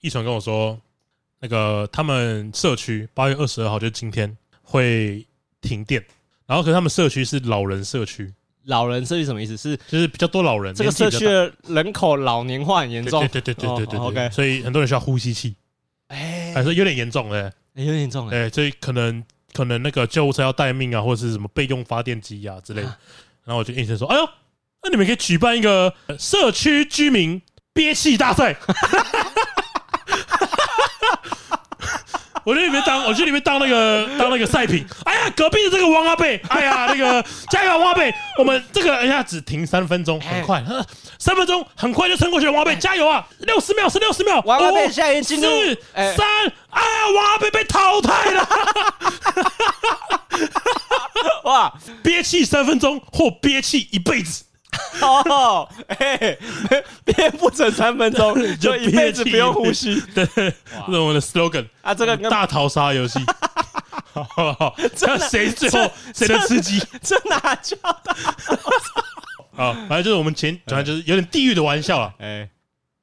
一成跟我说，那个他们社区八月二十二号，就是今天会停电。然后，可是他们社区是老人社区，老人社区什么意思？是就是比较多老人。这个年纪社比较区大的人口老年化很严重对，对对对对对对哦哦，OK 所以很多人需要呼吸器，哎、还是有点严重哎、哎有点严重哎、哎、所以可能可能那个救护车要待命啊，或者是什么备用发电机啊之类的。然后我就应声说：“哎呦，那你们可以举办一个呃社区居民憋气大赛。” 我去里面当，我去里面当那个当那个赛品。哎呀，隔壁的这个王阿贝，哎呀，那个加油，王阿贝，我们这个一下只停三分钟，很快，哎呵三分钟很快就撑过去了。王阿贝，加油啊！六十秒是六十秒，王阿贝五现在已经进入四哎三，哎呀，王阿贝被淘汰了。 哇，憋气三分钟或憋气一辈子，哦，哎、憋不成三分钟， 就一辈子不用呼吸。 对，这是我们的 slogan 啊这个跟大逃杀游戏，好不好？ 真的看谁最后谁这能吃鸡这哪叫大？啊？反正就是我们前，反正就是有点地狱的玩笑啊。哎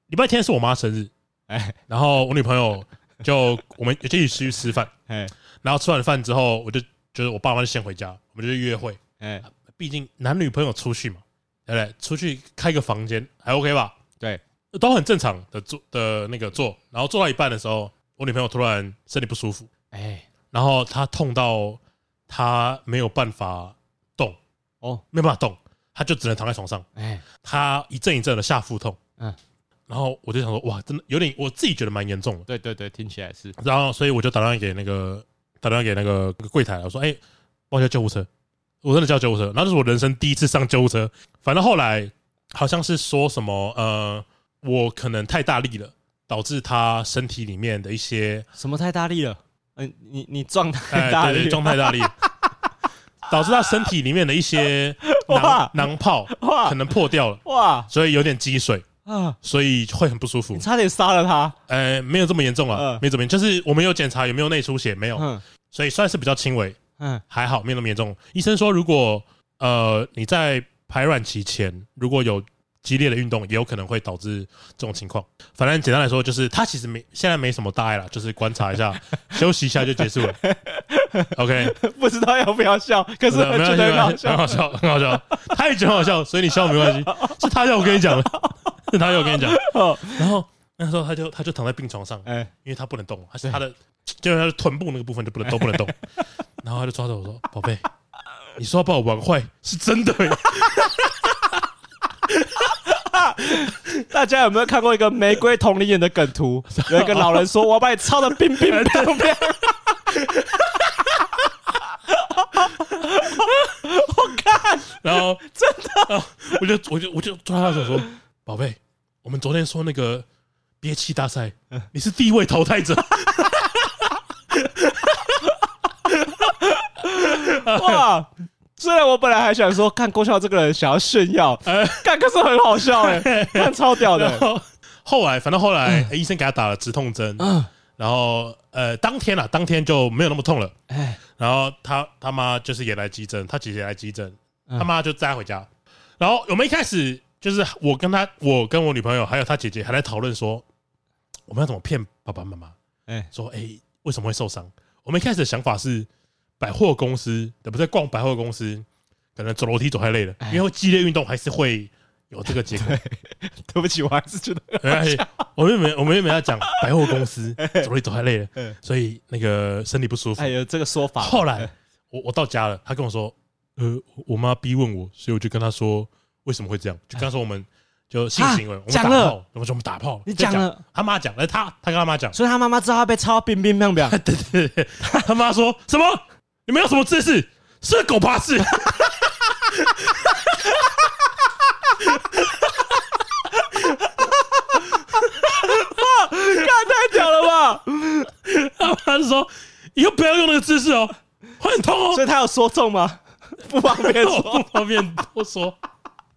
礼拜天是我妈生日，哎然后我女朋友就我们就一起去吃饭，哎然后吃完饭之后，我就就是我爸妈就先回家，我们就去约会，哎，毕竟男女朋友出去嘛，对不对？出去开个房间还 OK 吧？对，都很正常的做的那个做，然后做到一半的时候，我女朋友突然身体不舒服，哎然后她痛到她没有办法动，哦没有办法动，她就只能躺在床上，哎她一阵一阵的下腹痛，嗯，然后我就想说，哇，真的有点，我自己觉得蛮严重的，对对对，听起来是然后所以我就打电话给那个打电话给那个柜台，我说，哎、帮我叫救护车，我真的叫救护车，然后这是我人生第一次上救护车，反正后来好像是说什么，呃，我可能太大力了。导致他身体里面的一些 什么太大力了？嗯、你你撞太哎，大对力对，了，状态大力，导致他身体里面的一些 囊哇囊泡哇可能破掉了，哇所以有点积水，啊！所以会很不舒服你。差点杀了他。呃，没有这么严重啊嗯，没有这么严重，就是我们有检查有没有内出血，没有，嗯所以算是比较轻微，嗯 还好没有那么严重。医生说，如果呃你在排卵期前如果有激烈的运动，也有可能会导致这种情况。反正简单来说，就是他其实没现在没什么大碍了，就是观察一 下，休息一下就结束了。OK，不知道要不要笑，可 是没有我没觉有得很好很笑。好笑，很好笑，他也觉得很好笑，所以你笑没关系，是他叫我跟你讲的， 是他叫我跟你讲。哦然后那时候他就他就躺在病床上，哎因为他不能动，他是他的，就是他的臀部那个部分就不能都不能 动。然后他就抓着我说：“宝贝，你说要把我玩坏是真的、 欸。大家有没有看过一个玫瑰同龄眼的梗图？有一个老人说：“我要把你操的冰冰冰冰。”我看，”然后真的，我就我就我就抓他的手说：“宝贝，我们昨天说那个憋气大赛，嗯你是第一位淘汰者。”哇！虽然我本来还想说，看郭笑这个人想要炫耀，哎看可是很好笑哎、看超屌然的。后后来，反正后来、嗯呃医生给他打了止痛针，然后呃，当天啊，当天就没有那么痛了。哎，然后他他妈就是也来急诊，他姐姐来急诊，嗯他妈就载他回家。然后我们一开始就是我跟他，我跟我女朋友还有他姐姐还在讨论说，我们要怎么骗爸爸妈妈，哎说哎、为什么会受伤？我们一开始的想法是百货公司，对不对？逛百货公司可能走楼梯走太累了，哎因为激烈运动还是会有这个结果。对不起，我还是觉得 没关系，哎我们原本我们原本要讲百货公 司走路走太累了哎嗯，所以那个身体不舒服哎。呦，这个说法后来我我到家了，他跟我说，呃，我妈逼问我，所以我就跟他说为什么会这样，就跟他说我们就性行为，我们打啊讲了炮，我们说我们打炮，你就讲了，他妈讲，那他他跟他妈讲，所以他妈妈知道他被操冰冰冰冰。 他妈说什么？你们有什么姿势？是狗爬式。看太屌了吧！他妈就说以后不要用那个姿势哦，会很痛 所哦。以他有说中吗？ 不方便我说不方便多说，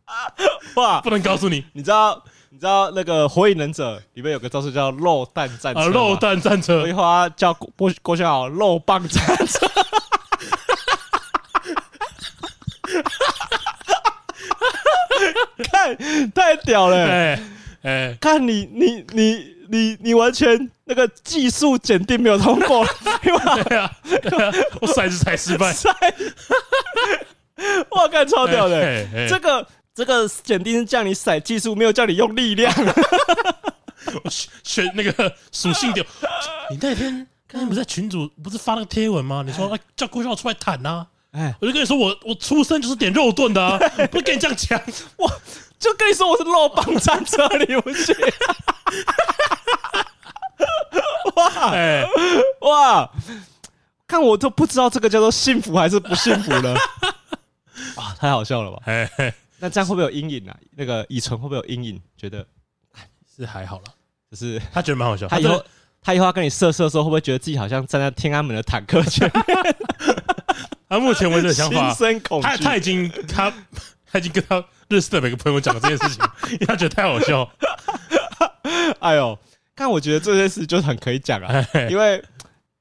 哇不。能告诉你。你知道你知道那个《火影忍者》里面有个招式叫肉弹战车啊，吗，肉弹战车所以，花叫郭郭郭笑好肉棒 战车。看，太屌了！哎哎，哎看你你你你你完全那个技术检定没有通过， 你把对啊，对啊我骰子骰失败，塞，哇，干超屌的、哎哎这个这个检定是叫你甩技术，没有叫你用力量。我选选那个属性丢。你那天刚才不是在群主不是发那个贴文吗？你说哎叫郭笑出来坦啊，哎，我就跟你说我我出生就是点肉盾的、啊，不是跟你这样讲。我就跟你说我是肉棒战车，你不 信？哇哎，哇！看我都不知道这个叫做幸福还是不幸福了。 啊，太好笑了吧？哎，哎那这样会不会有阴影啊？那个乙醇会不会有阴影？觉得是还好了，就是他觉得蛮好笑。他他以真后的他以后要跟你射射的时候，会不会觉得自己好像站在天安门的坦克 前面，他目前为止的想心法，生 恐他他惧？已经他他已经跟他认识的每个朋友讲了这件事情，因为他觉得太好笑。哎呦，但我觉得这件事就很可以讲啊，哎， 因为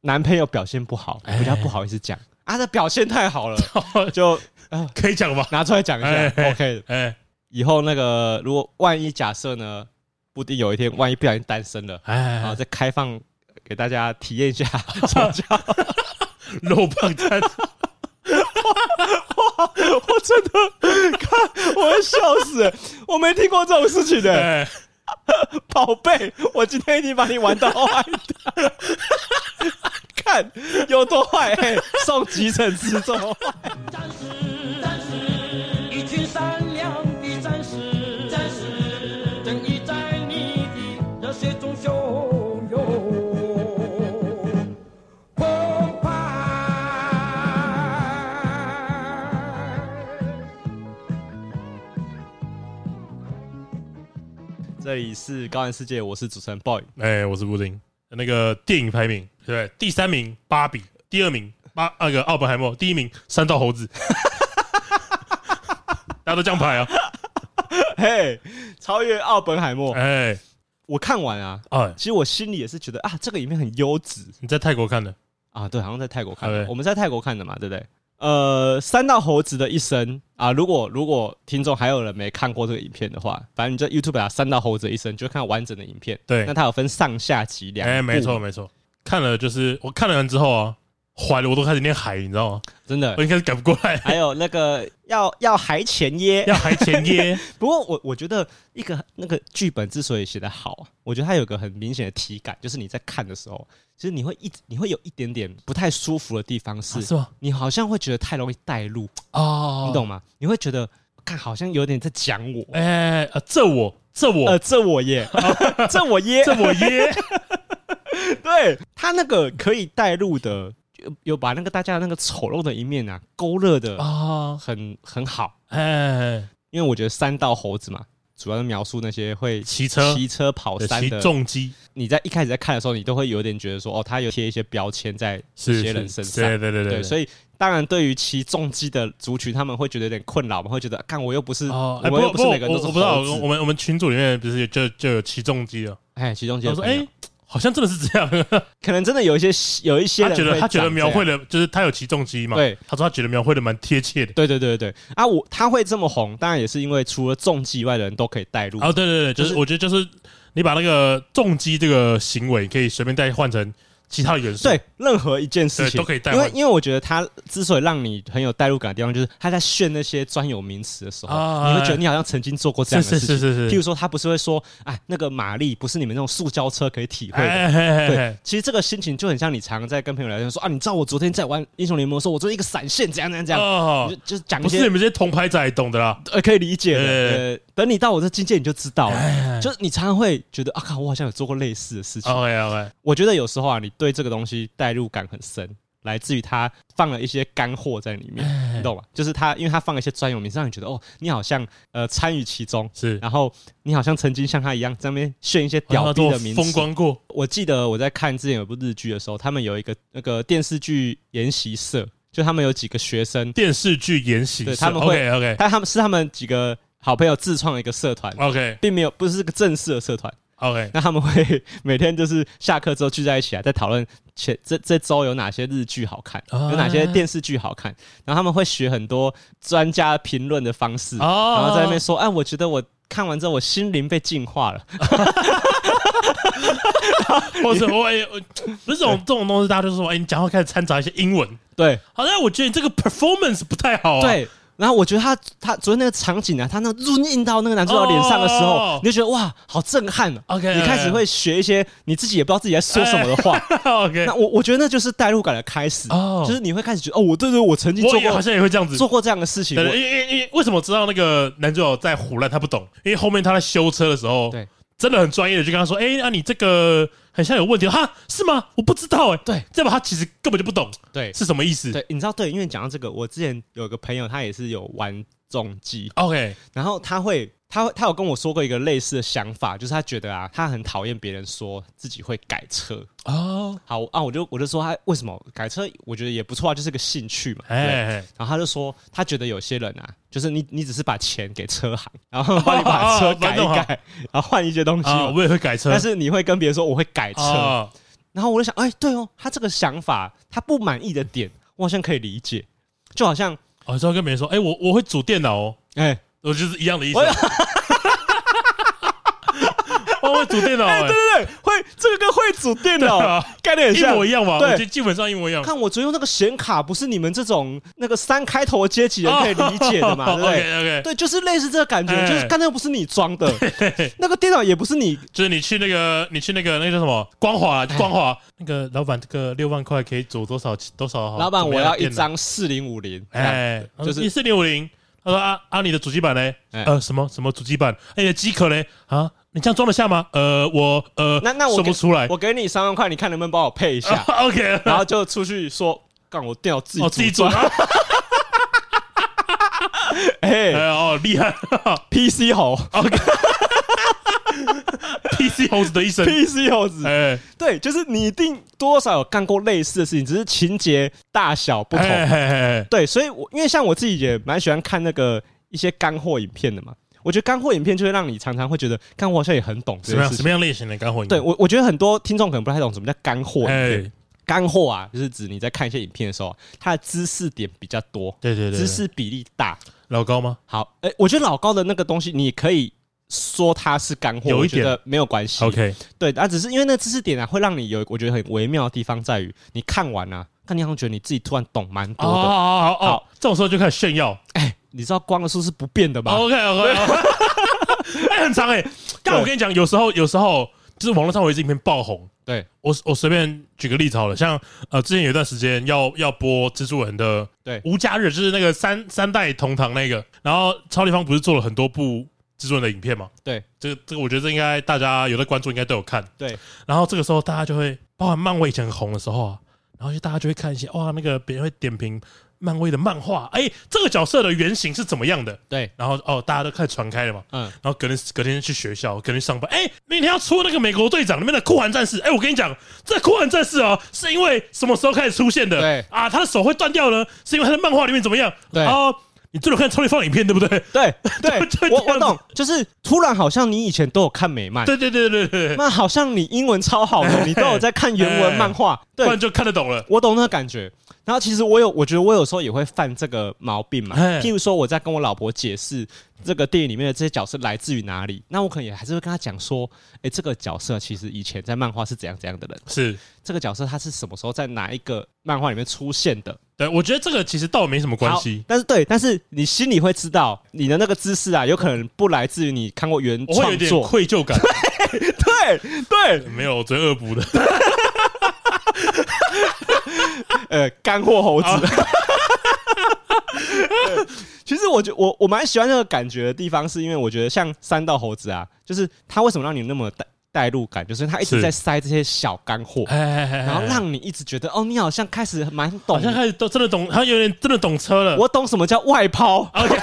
男朋友表现不好，哎比较不好意思讲啊，他表现太好了， 就可以讲吧？拿出来讲一下哎哎，OK 的。哎以后那个如果万一假设呢，布丁有一天万一不小心单身了，哎，啊，哎再开放给大家体验一 下什么叫，肉棒战我真的看我会笑死欸，我没听过这种事情的。哎，宝贝，我今天一定把你玩到坏的， 看有多坏、欸，送急诊室这么坏。战士，战士，一群善良的战士，战士，正义在你的热血中汹涌澎湃。这里是高玩世界，我是主持人 boy。哎，我是布丁。那个电影排名，对，第三名《芭比》，第二名巴那个《奥本海默》，第一名《三道猴子》。 大家都这样排啊！嘿，超越奥本海默，哎我看完啊，哎，其实我心里也是觉得啊，这个影片很优质你在泰国看的？啊。对，好像在泰国看的对，我们在泰国看的嘛，对不对？呃，三道猴子的一生啊，如果如果听众还有人没看过这个影片的话，反正你在 YouTube 打三道猴子的一生，你就看完整的影片。对那它有分上下集两部，哎，没错没错，看了就是我看了完之后啊，怀了我都开始念海，你知道吗？真的我。一开始改不过 来，还有那个要要还钱耶要。海前 耶。不过我我觉得一个那个剧本之所以写得好，我觉得它有个很明显的体感，就是你在看的时候，其实你会一直你会有一点点不太舒服的地方是，啊是吗？你好像会觉得太容易带入，哦你？懂吗？你会觉得看好像有点在讲我，哎，呃这我这 呃，我这 我耶， 这我耶，哦这我耶！对他那个可以带入的，有有把那个大家那个丑陋的一面啊勾勒的啊，很很好，哎，因为我觉得三道猴子嘛，主要是描述那些会骑车骑车跑山骑的。重机你在一开始在看的时候，你都会有点觉得说，哦，他有贴一些标签在这是些人是身对上，对对对，所以以当然对于骑重机的族群，他们会觉得有点困扰嘛，会觉得，看我又不是，哦我，哎，不们又过不不是过每个人我都是我不知道，猴子我们我们群组里面不是就就有骑重机了，哎，骑重机我的说朋友哎，好像真的是这 样。可能真的有一些有一些他人觉得会他觉得长这描样绘的，就是他有骑重机嘛，对，他说他觉得描绘的蛮贴切的。对对对对对啊，我他会这么红，当然也是因为除了重击以外的人都可以带入，哦，对对对，就就是是我觉得就是你把那个重击这个行为可以随便再换成其他的元素，对任何一件事对情都可以带因为换因为我觉得他之所以让你很有代入感的地方，就是他在炫那些专有名词的时候，啊你会觉得你好像曾经做过这是样的是事情。是是譬是，如说，他不是会说，哎，那个马力不是你们那种塑胶车可以体会的。哎嘿嘿对嘿，，其实这个心情就很像你常在跟朋友聊天说啊，你知道我昨天在玩英雄联盟的时候，我做一个闪现怎样怎样怎样，哦你，就就是讲一不是些你们这些铜牌仔懂的啦，呃，可以理解的。对呃，等你到我这境界，你就知道了。哎哦就是你常常会觉得啊，靠，我好像有做过类似的事情。 OK OK，我觉得有时候啊，你对这个东西代入感很深，来自于它放了一些干货在里面，哎你懂吧？就是它，因为它放了一些专有名词，让你觉得哦，你好像呃参与其中，是，然后你好像曾经像他一样在那边炫一些好屌像逼都的名词。哦风光过，我记得我在看之前有部日剧的时候，他们有一个那个电视剧研习社，就他们有几个学生，电视剧研习对社，他们会 OK OK 但他们是他们几个好朋友自创了一个社团， OK 并没有不是个正式的社团， OK，那他们会 每天就是下课之后聚在一起啊，在讨论前这这周有哪些日剧好看，啊有哪些电视剧好看，然后他们会学很多专家评论的方嗯式，然哦啊后在那边说，哎，我觉得我看完之后我心灵被净化了，或者我哎，我不是这种这种东西，大家就是说，哎，你讲话开始掺杂一些英文， 对好像我觉得你这个 performance 不太好啊。对。然后我觉得他他昨天那个场景啊，他那润印到那个男主角脸上的时哦候，你就觉得哇，好震撼啊！ OK，哎你开始会学一些你自己也不知道自己在说什么的话。 ，OK， 那我我觉得那就是代入感的开始，哦就是你会开始觉得哦，我对对，我曾经我做也好过像也会这样子。做过这样的事情，对，因我为因为为什么知道那个男主角在胡乱，他不懂，因为后面他在修车的时候，对，真的很专业的就跟他说，哎，那你这个很像有问题，哈，是吗？我不知道，哎，对这把他其实根本就不懂对是什么意思。对，你知道对，因为讲到这个，我之前有个朋友，他也是有玩重机， OK，然后他会，他他有跟我说过一个类似的想法，就是他觉得啊，他很讨厌别人说自己会改车。哦，好啊，我就我就说他为什么改车，我觉得也不错啊，就是个兴趣嘛。对。哎，然后他就说，他觉得有些人啊，就是你你只是把钱给车行，然后帮你把哦车改一改，然后换一些东西嘛。啊，我也会改车，但是你会跟别人说我会改车，啊，然后我就想，哎，对哦，他这个想法，他不满意的点，我好像可以理解，就好像，我之后跟别人说，哎，我我会组电脑哦，哎、我就是一样的意思我。 我会组电脑，哎对对对，会这个跟会组电对脑啊概念很一像模一样嘛，对我觉得基本上一模一样。看我只用那个显卡，不是你们这种那个三开头的阶级人可以理 解 的嘛，对不对？ OK OK，哦对，就是类似这个感觉，哎就是刚才又不是你装 的，那个电脑也不是你，就是你去那个，你去那个，那个叫什么？光华，哎光华，那个老板，这个六万块可以组多少多少好？老板怎么我样要一电脑。张四零五零，哎，哎，就就是是一四零五零。他说啊啊，你的主机板嘞？哎呃，什么什么主机板？哎，你的机壳嘞？啊，你这样装得下吗？呃，我呃，那那我说不给出来。我给你三万块，你看能不能帮我配一 下？ OK，然后就出去说，干我电脑自己哦自己组 装，啊，哎哎哦厉 害，PC 猴，PC 猴子的一生， ，PC 猴子，哎对，就是你一定多少有干过类似的事情，只是情节大小不同。哎哎哎对，所以我因为像我自己也蛮喜欢看那个一些干货影片的嘛，我觉得干货影片就会让你常常会觉得，干我好像也很懂什这么件样什事情。么样类型的干货？对，我，我觉得很多听众可能不太懂什么叫干货影哎片。，干货啊，就是指你在看一些影片的时候，它的知识点比较多，对对对对，知识比例大。老高吗？好，哎、我觉得老高的那个东西，你可以说它是干货，有我一觉点得没有关系。 OK，对，啊，只是因为那知识点啊，会让你有一个我觉得很微妙的地方在于，你看完啊，看你好像觉得你自己突然懂蛮哦多的。哦哦哦好，这种时候就开始炫耀。哎，你知道光的数是不变的吧？ OK OK，哎，很长哎。但我跟你讲，有时候有时候就是网络上有一支影片爆红，对，我我随便举个例子好了，像呃之前有一段时间要要播蜘蛛人的对无家日，就是那个三三代同堂那个，然后超立方不是做了很多部蜘蛛人的影片嘛？对这个这个我觉得这应该大家有在关注，应该都有看。对然后这个时候大家就会，包含漫威以前很红的时候啊，然后就大家就会看一些哇，那个别人会点评漫威的漫画，哎，这个角色的原型是怎么样的？对，然后哦，大家都开始传开了嘛。嗯，然后隔天隔天去学校，隔天上班，哎，明天要出那个美国队长里面的酷寒战士，哎，我跟你讲，这酷寒战士啊，是因为什么时候开始出现的？对啊，他的手会断掉呢，是因为他的漫画里面怎么样？对哦，你最有看超立方影片对不对？ 对就这对，我样我子懂，就是突然好像你以前都有看美漫，对对对对对对，那好像你英文超 好的，你都有在看原文漫画，不对然就看得懂了。我懂那个感觉。然后其实我有，我觉得我有时候也会犯这个毛病嘛。哎譬如说我在跟我老婆解释这个电影里面的这些角色来自于哪里，那我可能也还是会跟她讲说，哎，这个角色其实以前在漫画是怎样怎样的人，是，这个角色他是什么时候在哪一个漫画里面出现的，对，我觉得这个其实倒没什么关好系，但是对，但是你心里会知道，你的那个知识啊，有可能不来自于你看过原我会有创点作。愧疚感。 对对，没有，我昨天恶补 的。呃，干货 猴子。对其实我觉我我蛮喜欢这个感觉的地方，是因为我觉得像三道猴子啊，就是他为什么让你那么带带入感，就是他一直是在塞这些小干货，哎哎哎哎然后让你一直觉得哦，你好像开始蛮好懂，像开始都真的懂，他有点真的懂车了。我懂什么叫外抛， OK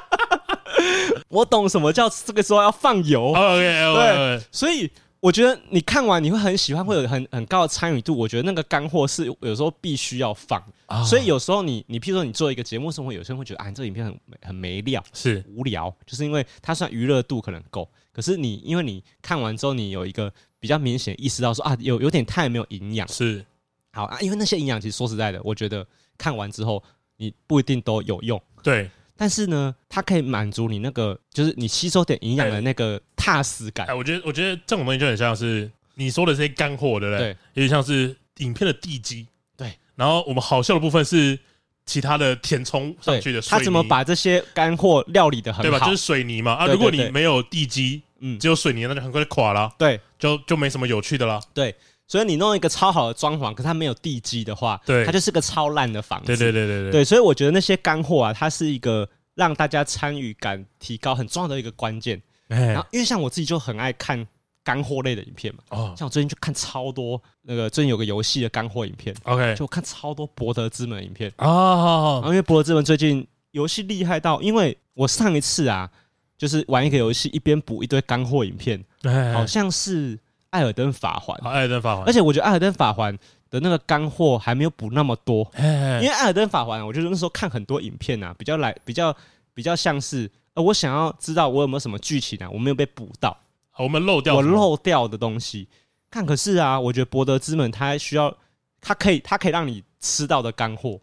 我懂什么叫这个时候要放油， OK 对 OK，所以我觉得你看完你会很喜欢，会有很很高的参与度。我觉得那个干货是有时候必须要放，哦所以有时候你你譬如说你做一个节目生活，有些人会觉得啊，你这个影片很没很没料、是无聊，就是因为它算娱乐度可能够，可是你因为你看完之后，你有一个比较明显意识到说啊，有有点太没有营养。是好啊，因为那些营养其实说实在的，我觉得看完之后你不一定都有用。对但是呢，它可以满足你那个，就是你吸收点营养的那个踏实感哎，。我觉得我觉得这种东西就很像是你说的这些干货，对不对？对有点像是影片的地基。对，然后我们好笑的部分是其他的填充上去的对，水泥，他怎么把这些干货料理的对很吧？好？就是水泥嘛啊！对对如果你对没有地基，嗯，只有水泥，那就很快就垮了，对，就就没什么有趣的啦。所以你弄一个超好的装潢，可它没有地基的话，对它嗯就是个超烂的房子。对对对对对对，所以我觉得那些干货啊，它是一个让大家参与感提高很重要的一个关键。然哎后，因为像我自己就很爱看干货类的影片嘛，哦像我最近就看超多那个最近有个游戏的干货影片， ，OK 就我看超多博德之门的影片。啊，好然好后因为博德之门最近游戏厉害到，因为我上一次啊，就是玩一个游戏一边补一堆干货影片，哎好像是《艾尔登法环》，好，艾尔登法环而，且我觉得《艾尔登法环》的那个干货还没有补那么多，哎因为《艾尔登法环》，我就是那时候看很多影片啊，比较来比较比较像是，呃，我想要知道我有没有什么剧情啊，我没有被补到，好啊我们漏掉我什么漏掉的东西。看，可是啊，我觉得《博德之门》它需要，它可以，它可以让你吃到的干货，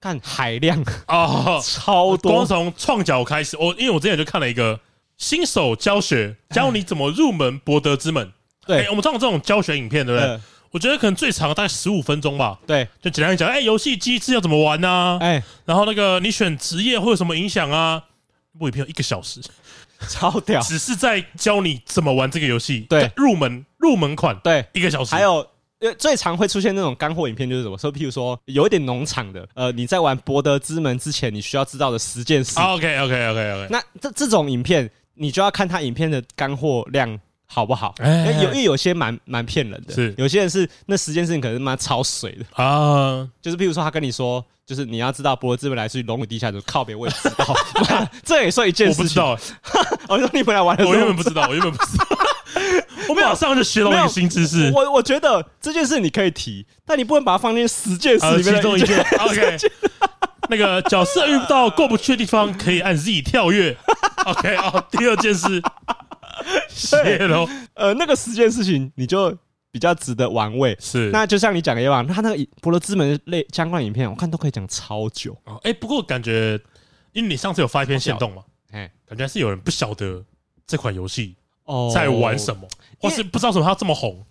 看海量哦，超光多，从创角开始，我因为我之前就看了一个新手教学，教你怎么入门博德之门。哎对哎我们通常这种教学影片，对不对？呃我觉得可能最长大概十五分钟吧，对，就简单讲，哎，游戏机制要怎么玩呐？哎，然后那个你选职业会有什么影响啊？部影片有一个小时，超屌，只是在教你怎么玩这个游戏，啊对入门入门款对，一个小时，还有。因为最常会出现那种干货影片就是什么，说譬如说有一点农场的，呃，你在玩《博德之门》之前，你需要知道的十件事。 OK OK OK OK，那这这种影片，你就要看他影片的干货量好不好。哎因为有因为有些蛮蛮骗人的，是有些人是那十件事情可能是妈超水的，啊，就是譬如说他跟你说，就是你要知道博德之门来自于龙与地下城，靠北我也不知 道，妈这也算一件我事情。不知，道，我说你本来玩的时 我候原本不知道，我原本不知道， 我马上就学到一个新知识，我我觉得这件事你可以提，但你不能把它放进十件事啊，里面其的中一一件。件 OK。那 个角色遇到过不去的地方，可以按 Z 跳跃。OK，哦，第二件 事，谢喽，呃，那个十件事情你就比较值得玩味。是那就像你讲的一样，他那个博德之门类相关的影片，我看都可以讲超久。哦哎、不过感觉，因为你上次有发一篇线动嘛，哎，感觉还是有人不晓得这款游戏哦在玩什么，或是不知道什么它这么红，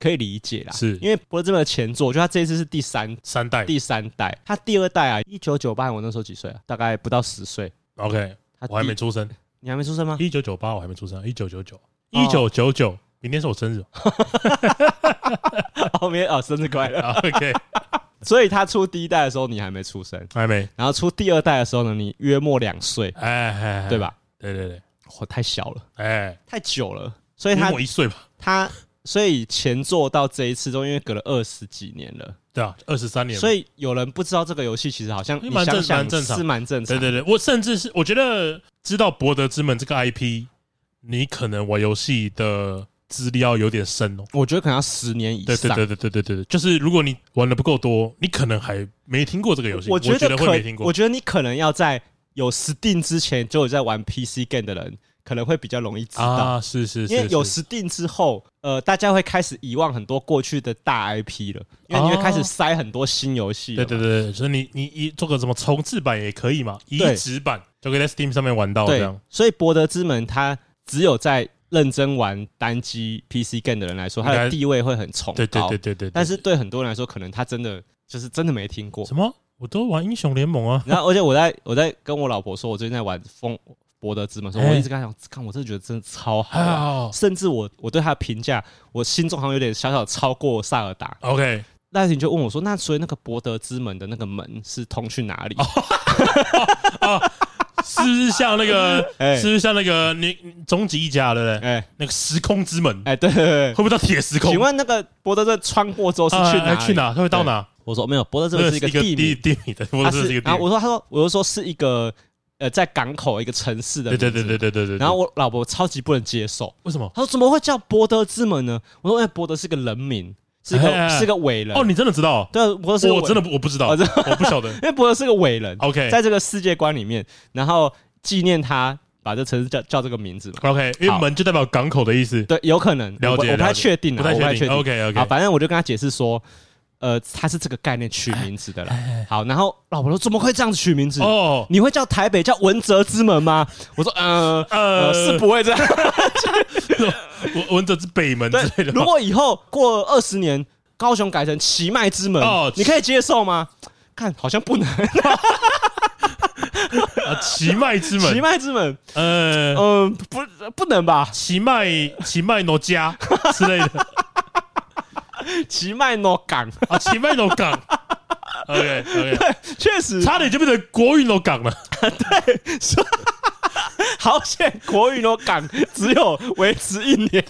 可以理解啦，是因为博德之门的前作，就他这一次是第三三代第三代，他第二代啊，一九九八，我那时候几岁啊？大概不到十岁。 OK，他我还第没，出生，你还没出生吗？ 一九九八我还没出生，一九九九一九九九，明天是我生 日后面哦，生日快乐！ 啊，OK，所以他出第一代的时候，你还没出生，还没，然后出第二代的时候呢，你约莫两岁，哎哎，哎对？吧？对对对，我太小了，哎，太久了，所以因他为我一岁吧，他所以前作到这一次中，因为隔了二十几年了，对啊，二十三年，所以有人不知道这个游戏，其实好像你蛮正想想蛮正常是蛮正常对的，对对，我甚至是我觉得知道《博德之门》这个 IP，你可能玩游戏的资料有点深哦。我觉得可能要十年以对对上。对对对对对对，就是如果你玩的不够多，你可能还没听过这个游戏。我我觉得会可没听，过我。觉得你可能要在有 Steam 之前就有在玩 PC game 的人，可能会比较容易知道，啊，是是是，因为有是 Steam 之后，呃，大家会开始遗忘很多过去的大 IP 了，因为你会哦开始塞很多新游戏了对嘛。对对，对所以你你一做个什么重置版也可以嘛，移对植版就可以在 Steam 上面玩到哦这对样。所以《博德之门》它只有在认真玩单机 PC game 的人来说，它应的该地位会很崇高。对对对对对，但是对很多人来说，可能他真的就是真的没听过什。么？我都玩英雄联盟啊，然后，而且我在我在跟我老婆说，我最近在玩《风博德之门》的时候，哎啊我一直跟她讲，看我真的觉得真的超好玩。好甚至我我对他的评价，我心中好像有点小小超过萨尔达。 ，OK，那你就问我说，那所以那个博德之门的那个门是通去哪里？哦是不是像那个？哎是不是像那个你你终极一家对不对？哎那个时空之门，哎，对对对会不会到铁时空？请问那个博德之门穿过之后是啊去哪哎里？去哪？他会到对？哪？我说没有，博德之这门个是一个地地名，地米的，我它这是一个地然后我名。说，他说，我就说是一个呃，在港口一个城市的对名字。对对对对对对。然后我老婆超级不能接受，为什么？她说怎么会叫博德之门呢？我说，因为哎博德是个人名，是哎哎个哎是个伟人。哦，你真的知道？对，博德是个我伟真的不我不知道，哦真。我不晓得因为博德是个伟人 OK 在这个世界观里面，然后纪念他，把这城市叫叫这个名字嘛。 OK，因为好门就代表港口的意思。对，有可能了解我不我不了太解确定啊，不太我不太确确定定。 OK，OK 好，反正我就跟他解释说，呃，它是这个概念取名字的啦哎哎。好，然后老婆说怎么会这样子取名字？哦， 你会叫台北叫文泽之门吗？我说呃呃呃是不会这样。文文哲是北门之类，对的吗。 如果以后过二十年，高雄改成奇迈之门哦，你可以接受吗？看好像不能，啊，奇迈之奇门，迈之门，呃，嗯，不不能吧？奇迈奇迈诺加之类的奇迈 no 港，啊，奇迈诺港。OK OK，确实差点就变成国语诺港了。 好险，国语 no 港只有维持一 年，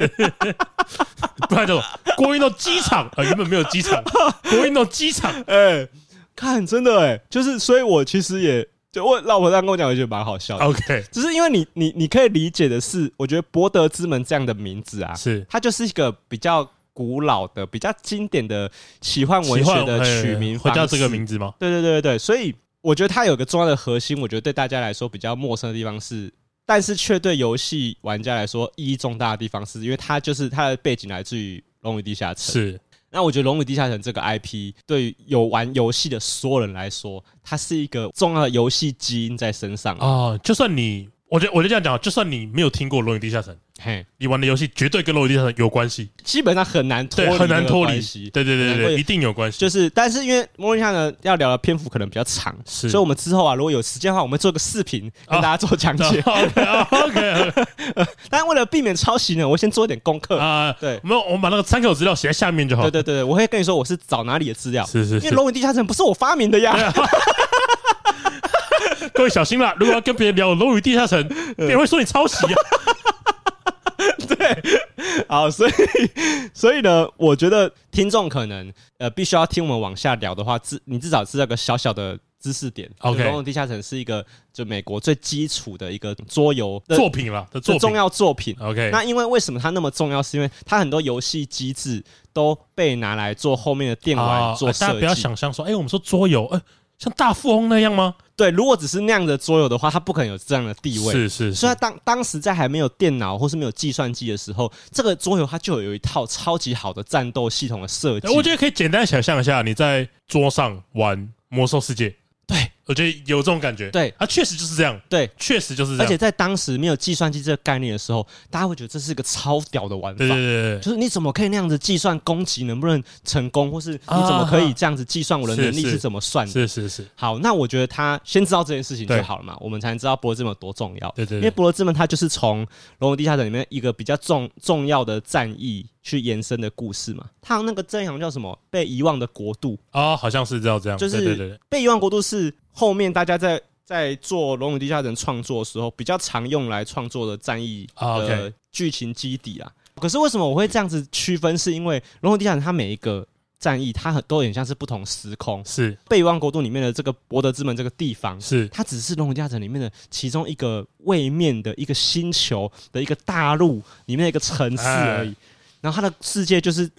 不然就国运到机场啊、呃原本没有机 场，国运到机场哎，看真的哎，就是所以，我其实也就我老婆这样跟我讲，我觉得蛮好笑的。 ，OK，只是因为你你你可以理解的是，我觉得博德之门这样的名字啊，是它就是一个比较古老的、比较经典的奇幻文喜学欢的哎取名会方叫这个式名字吗？对对对对对，所以我觉得它有个重要的核心，我觉得对大家来说比较陌生的地方是，但是却对游戏玩家来说意义重大的地方是，因为它就是它的背景来自于《龙与地下城》。是那我觉得《龙与地下城》这个 IP 对于有玩游戏的所有人来说，它是一个重要的游戏基因在身上啊。啊、就算你，我觉得我就这样讲，啊就算你没有听过《龙与地下城》，嘿，你玩的游戏绝对跟《龙与地下城》有关系，基本上很难脱对，离很难那个脱离关系，对对对对很难对，会一定有关 系，就是，但是因为《末日下呢要聊的篇幅可能比较长，是所以我们之后啊，如果有时间的话，我们做个视频跟啊大家做讲解。 OK OK 但为了避免抄袭呢，我先做一点功 课。啊，对没有，我们把那个参考资料写在下面就好。对对对，我会跟你说我是找哪里的资料，是是啊因为是《龙与地下城》不是我发明的呀。 各位小心啦！如果要跟别人聊《龙与地下城》，嗯别人会说你抄袭啊。 好，所以 所以呢，我觉得听众可能呃必须要听我们往下聊的话，至你至少知道个小小的。知识点 OK 就龙与地下城》是一个就美国最基础的一个桌游的作品啦，的作最品重要作品。 OK，那因为为什么它那么重要？是因为它很多游戏机制都被拿来做后面的电玩啊做大家设不要计。想象说，哎、我们说桌游，哎、像大富翁那样吗？对，如果只是那样的桌游的话，它不可能有这样的地位。是是所以它是，当当时在还没有电脑或是没有计算机的时候，这个桌游它就有一套超级好的战斗系统的设计。哎我觉得可以简单想象一下，你在桌上玩《魔兽世界》，对我觉得有这种感觉。对啊，确实就是这样，对，确实就是这啊而样。且在当时没有计算机这个概念的时候，大家会觉得这是一个超屌的玩法。对对对对对，就是你怎么可以那样子计算攻击能不能成功，或是你怎么可以这样子计算我的能力啊是是是怎么算的？是是是，好，那我觉得他先知道这件事情就对好了嘛，我们才能知道博德之门有多重要。对对对因为博德之门它就是从《龙与地下城》里面一个比较重重要的战役去延伸的故事嘛。它那个阵营叫什么？被遗忘的国度，啊，好像是这样这样，就是对对对对，被遗忘国度是后面大家在在做《龙与地下城》创作的时候比较常用来创作的战役啊的，OK 剧情基底啊。可是为什么我会这样子区分？是因为《龙与地下城》它每一个战役，它很都很像是不同时空。是被遗忘国度里面的这个博德之门这个地方，是它只是《龙与地下城》里面的其中一个位面的一个星球的一个大陆里面的一个城市而已。然后它的世界就是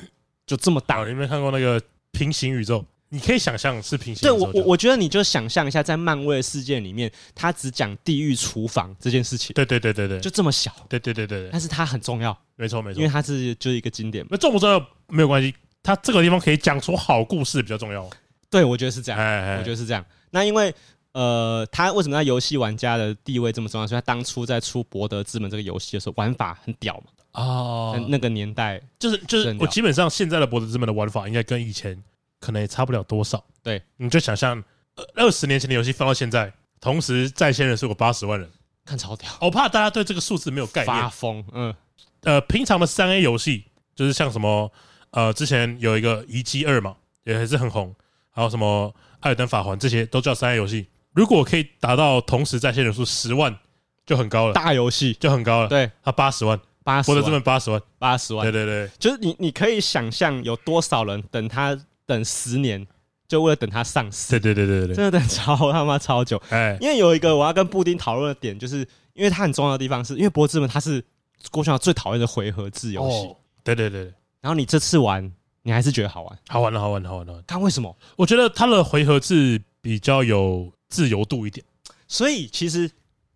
就这么啊，大。你有没有看过那个平行宇宙？你可以想象是平行对宇宙我就，我我觉得你就想象一下，在漫威的世界里面，它只讲地狱厨房这件事情，对对对对对，就这么小，对对对对对，但是它很重要，没错没错因为。它是就是一个经典嘛。那重不重要没有关系，他这个地方可以讲出好故事比较重要。对，我觉得是这哎样。哎，我觉得得是这样。那因为呃，他为什么在游戏玩家的地位这么重要？所以他当初在出《博德之门》这个游戏的时候，玩法很屌嘛。哦那那个年代，就是就是真，的我基本上现在的博德之门的玩法应该跟以前可能也差不了多少。对，你就想象呃二十年前的游戏放到现在，同时在线人数有八十万人，看超屌，我怕大家对这个数字没有概发念。疯。嗯，呃，平常的三 A 游戏就是像什么呃，之前有一个《遗迹二》嘛，也还是很红，还有什么《艾尔登法环》这些都叫三 A 游戏。如果可以达到同时在线人数十万，就很高了，大游戏就很高了。对它八十万，八十博德之万，门八十万，八十对万，对对，就是你你可以想象有多少人等他等十年，就为了等他上市，对对对对对对，真的等超他妈超久。哎，因为有一个我要跟布丁讨论的点，就是因为它很重要的地方是，因为《博德之门》它是郭晓最讨厌的回合制游戏，哦，对对对对。然后你这次玩，你还是觉得好玩，好玩了，好玩了，好玩了！看为什么？我觉得它的回合制比较有自由度一点，所以其实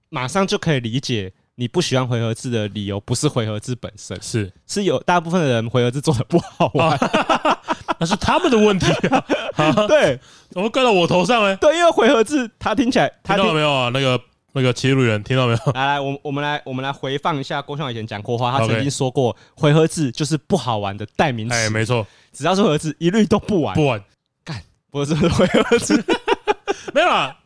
马上就可以理解你不喜欢回合制的理由，不是回合制本身，是 是有大部分的人回合制做的不好玩。那是他们的问题啊！啊，对怎么怪到我头上呢？对，因为回合制它听起来它听到了听没有啊？那个那个骑路人听到没有？来来，我们我们来我们来回放一下郭襄以前讲过话，他 OK 曾经说过回合制就是不好玩的代名哎，词，没错，只要是回合制一律都 不玩，不玩不是回合制没有啦。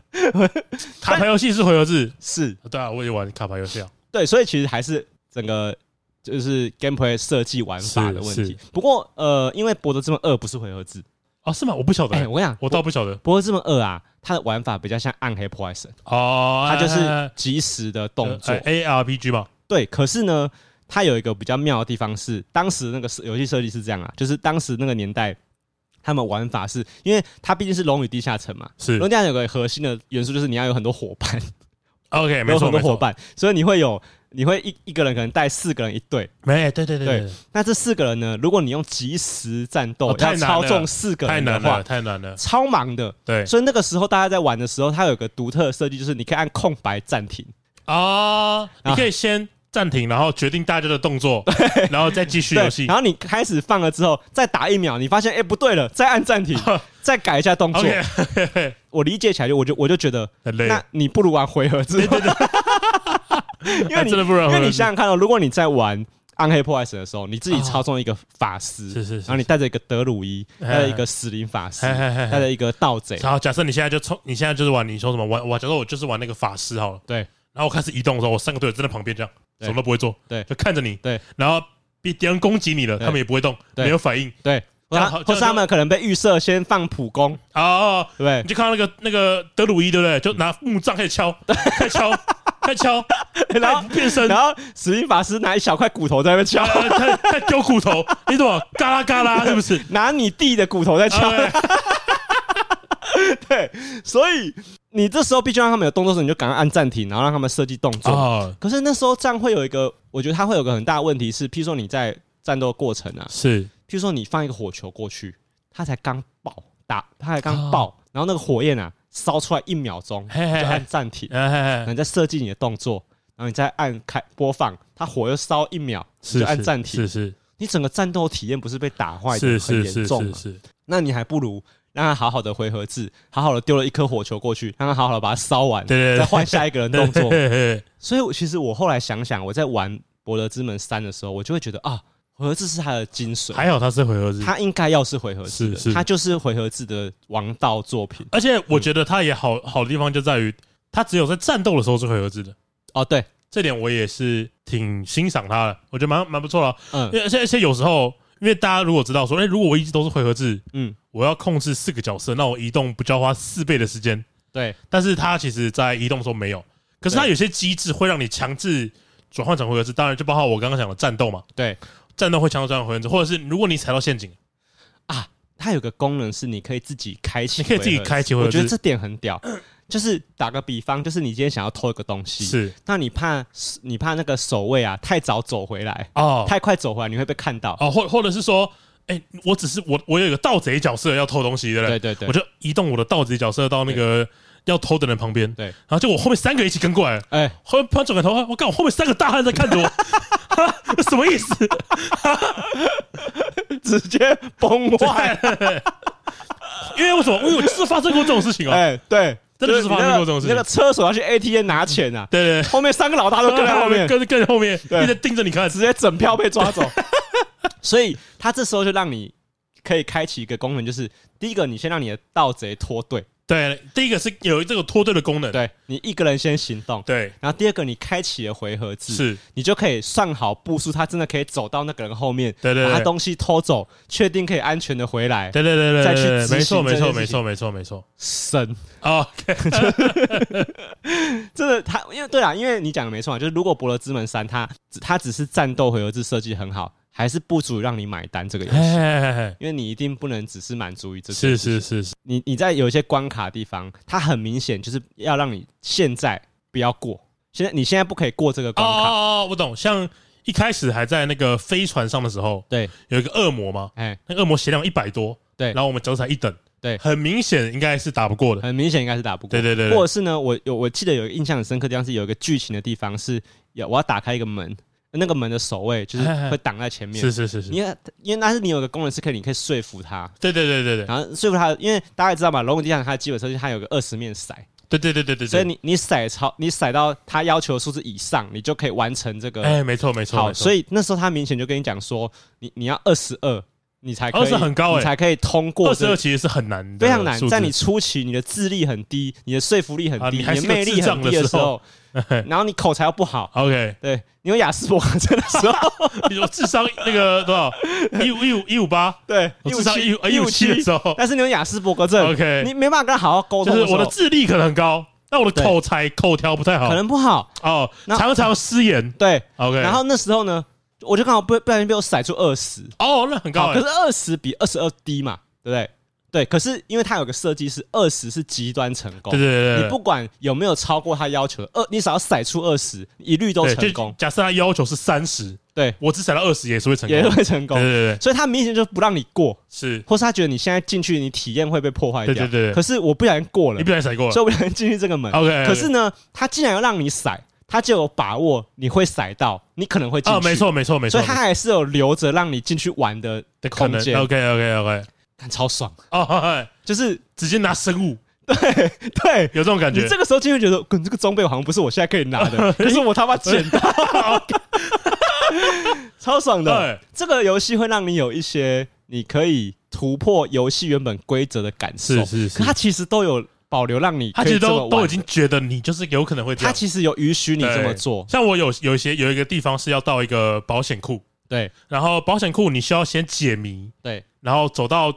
卡牌游戏是回合制，是对啊，我也玩卡牌游戏啊。对，所以其实还是整个就是 gameplay 设计玩法的问是题。不过呃，因为《博德之门二》不是回合制，啊，是吗？我不晓得哎、欸，我跟你讲，我倒不晓得。 《博德之门二》啊，它的玩法比较像《暗黑破坏神》，哦，它就哎哎是哎即时的动作呃。哎 ARPG 嘛，对，可是呢，它有一个比较妙的地方是，当时那个设游戏设计是这样啊，就是当时那个年代。他们玩法是因为它毕竟是《龙与地下城》嘛，是《龙与地下城》有个核心的元素就是你要有很多伙伴， OK，没哎 有错，很没多伙错，伴，所以你会有你会一一个人可能带四个人一队，没，哎对对对对对，那这四个人呢，如果你用即时战斗、哦太要难操了纵四个太人的难话了，，太难了，超忙的。对所以那个时候大家在玩的时候，它有个独特的设计，就是你可以按空白暂停。啊，你可以先暂停，然后决定大家的动 作，然后再继续游戏然。后你开始放了之后，再打一秒，你发现哎、不对了，再按 暂停，再改一下动作。 OK，我理解起来就我就我就觉得，很累，那你不如玩回合制， 因为哎你真的不然因回合制为你想想看哦，如果你在玩《暗黑破坏神》的时候，你自己哦操纵一个法师，是是是然后你带着一个德鲁伊，哎带着一个死灵法师，哎哎哎哎带着一个盗贼，然后假设你现在就冲，你现在就是玩你说什么玩，我假设我就是玩那个法师好了，对然后我开始移动的时候，我三个队友站在旁边这样，对什么都不会做，对就看着你，对，然后别敌人攻击你了，对他们也不会动，对没有反应，对，这或样他好或是他们可能被预设先放普攻，哦哦，对不对 你？就看到那个那个德鲁伊对不对？就拿木杖开始敲，开始敲，开始敲， 然然后后变身，然后死灵法师拿一小块骨头在那 边敲，呃他他丢骨头，你懂吗？嘎啦嘎啦，是不 是？拿你弟的骨头在敲，啊对，所以你这时候必须让他们有动作的时候，你就赶快按暂停，然后让他们设计动对作。哦，可是那时候这样会有一个，我觉得它会有个很大的问题是，譬如说你在战斗过程啊，是譬如说你放一个火球过去，它才刚爆打，它才刚哦爆，然后那个火焰啊烧出来一秒钟就嘿嘿嘿按暂停，哎哎然后哎你再设计你的动作，然后你再按开播放，它火又烧一秒，你是就按暂停是，是你整个战斗体验不是被打坏的是很是严是重啊是吗？是，那你还不如让他好好的回合制，好好的丢了一颗火球过去，让他好好的把它烧完，对对对再换下一个人动作。嘿嘿嘿所以我其实我后来想想，我在玩《博德之门三》的时候，我就会觉得啊，回合制是它的精髓， 还好他是回合制，它应该要是回合制的，是是它就是回合制的王道作品。而且我觉得他也好好的地方就在于，他只有在战斗的时候是回合制的，哦，对，这点我也是挺欣赏他的，我觉得蛮蛮不错了。嗯因为而且而且有时候，因为大家如果知道说，哎，如果我一直都是回合制，嗯，我要控制四个角色，那我移动不就要花四倍的时间？对，但是它其实在移动的时候没有，可是它对有些机制会让你强制转换成回合制，当然就包括我刚刚讲的战斗嘛，对战斗会强制转换回合制，或者是如果你踩到陷阱，啊，它有个功能是你可以自己开启你回合可制，以自己开启回我合觉得这制，点很屌。 就是打个比方，就是你今天想要偷一个东西，是那你怕你怕那个守卫啊太早走回来，哦太快走回来你会被看到。哦，或或者是说，哎，我只是我我有一个盗贼角色要偷东西，对不对对？对对我，就移动我的盗贼角色到那个要偷的人旁边，对然后就我后面三个一起跟过来，哎，后面转个头，我看我后面三个大汉在看着我， 什么意 思？直接崩坏。 因为为什么？因为我就是发生过这种事情哦。哎，对，真的就是发生过这种事情嗯你那个厕所要去 ATM 拿钱啊，对对对，后面三个老大都 跟在后 面，跟跟在后面，对一直盯着你看直。接整票被抓走。 所以他这时候就让你可以开启一个功能，就是第一个，你先让你的盗贼脱队，对，第一个是有这个脱队的功能，对你一个人先行动。对，然后第二个，你开启了回合制，是你就可以算好步数，他真的可以走到那个人后面，对对对把他东西偷走，确定可以安全的回来，对对对对再去对，执对没错行没这件错事没情错没错没错。神。哦， 真的，他因为对啦，因为你讲的没错啊，就是如果《博德之门三》它只它只是战斗回合制设计很好，还是不足以让你买单这个游嘿戏，嘿嘿嘿因为你一定不能只是满足于这哎件是事情是是是，你你在有一些关卡地方，它很明显就是要让你现在不要过，现在你现在不可以过这个哦关哦卡，哦，我懂。像一开始还在那个飞船上的时候，对，有一个恶魔嘛，哎，那个恶魔血量一百多，对然后我们脚踩一等，对很明显应该是打不过的。很明显应该是打不过，对对对对或者是呢，我有我记得有一个印象很深刻的地方是有一个剧情的地方是，要我要打开一个门，那个门的守卫就是哎哎哎会挡在前面。是是是是，因为因为那是你有个功能是可以，你可以说服他，对对对对对然后说服他，因为大家也知道嘛，龙骨地下城它的基本设计它有个二十面骰，对对对对对，所以你你骰超你骰到他要求的数字以上，你就可以完成这个。哎，没错没错，好，所以以那时候他明显就跟你讲说，你你要二十二，你才可以22很高欸你才可以通过二十这二其实是很难的非常难数字，。在你初期，你的智力很低，你的说服力很啊低，你还的是个魅力智障很的低的时时候候，然后你口才又不好， OK，对，你有雅思伯格症的时候，你我智商那个多少一五一五一五八，对，我智商一五哎一五七的时候但是你有雅思伯格症 OK 你没办法跟他好好沟就通是时候，我的智力可能很高，但我的口才口条不太好可，能不好，哦，那常常失言。对。 OK，然后那时候呢，我就刚好不不小心被我甩出二十，哦，那很高好，可哎是，二十比二十二低嘛，对不对？对，可是因为它有个设计是二十是极端成功，对对对对，你不管有没有超过他要求的二，你只要甩出二十，一律都对成就功，假设他要求是三十，对，我只踩到二十也是会成功也的，会成功对。对对，所以他明显就不让你过，是或是他觉得你现在进去，你体验会被破坏掉。对对对对可是我不小心过了你，不小心踩过了所以我不小心进去这个门。 ，OK，可是呢，他既然要让你甩，他就有把握你会甩到，你可能会进去。啊，没。错没错没错，所以他还是有留着让你进去玩的的可空能间， ，OK OK OK，看超爽。哦，嗨 就是直接拿生物，对有这种感你觉，这个时候进去觉得，嗯滚，这个装备好像不是我现在可以拿 的，可是我他妈捡到， 超爽的。对，这个游戏会让你有一些你可以突破游戏原本规则的感受，是是是可它其实都有保留让你他可其实以这么都玩都已经，觉得你就是有可能会这它样，其实有允许你对这么做，像我有有一些有一个地方是要到一个保险库，对然后保险库你需要先解谜，对然后走到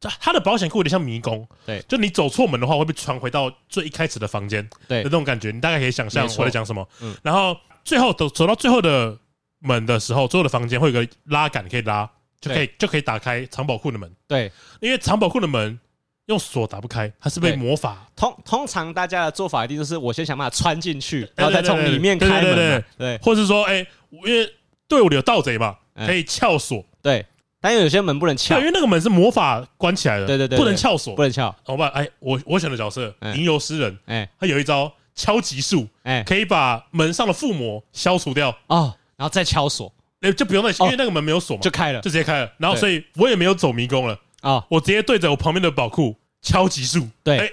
它它的保险库有点像迷宫，对就你走错门的话会被传回到最一开始的房间的对那种感觉，你大概可以想象没错我在讲什么嗯。然后最后走走到最后的门的时候，最后的房间会有一个拉杆可以拉，就可以就可以打开藏宝库的门，对。因为藏宝库的门用锁打不开，它是被对魔法。通通常大家的做法一定就是我先想办法穿进去，然后对再对从对里面对对开对门嘛，对或是说，哎、因为队伍里有盗贼嘛，嗯可以撬锁。对。但因为有些门不能对，撬因，为那个门是魔法关起来的，对对对对不能撬锁不。能撬，好吧，哎，我我选的角色嗯吟游诗人，哎他有一招敲击术，哎可以把门上的附魔消除掉，哦，然后再敲锁哎，就不用再，哦因为那个门没有锁嘛，就就开了直接开了。然后，对所以我也没有走迷宫了，哦，我直接对着我旁边的宝库敲击术。 对哎，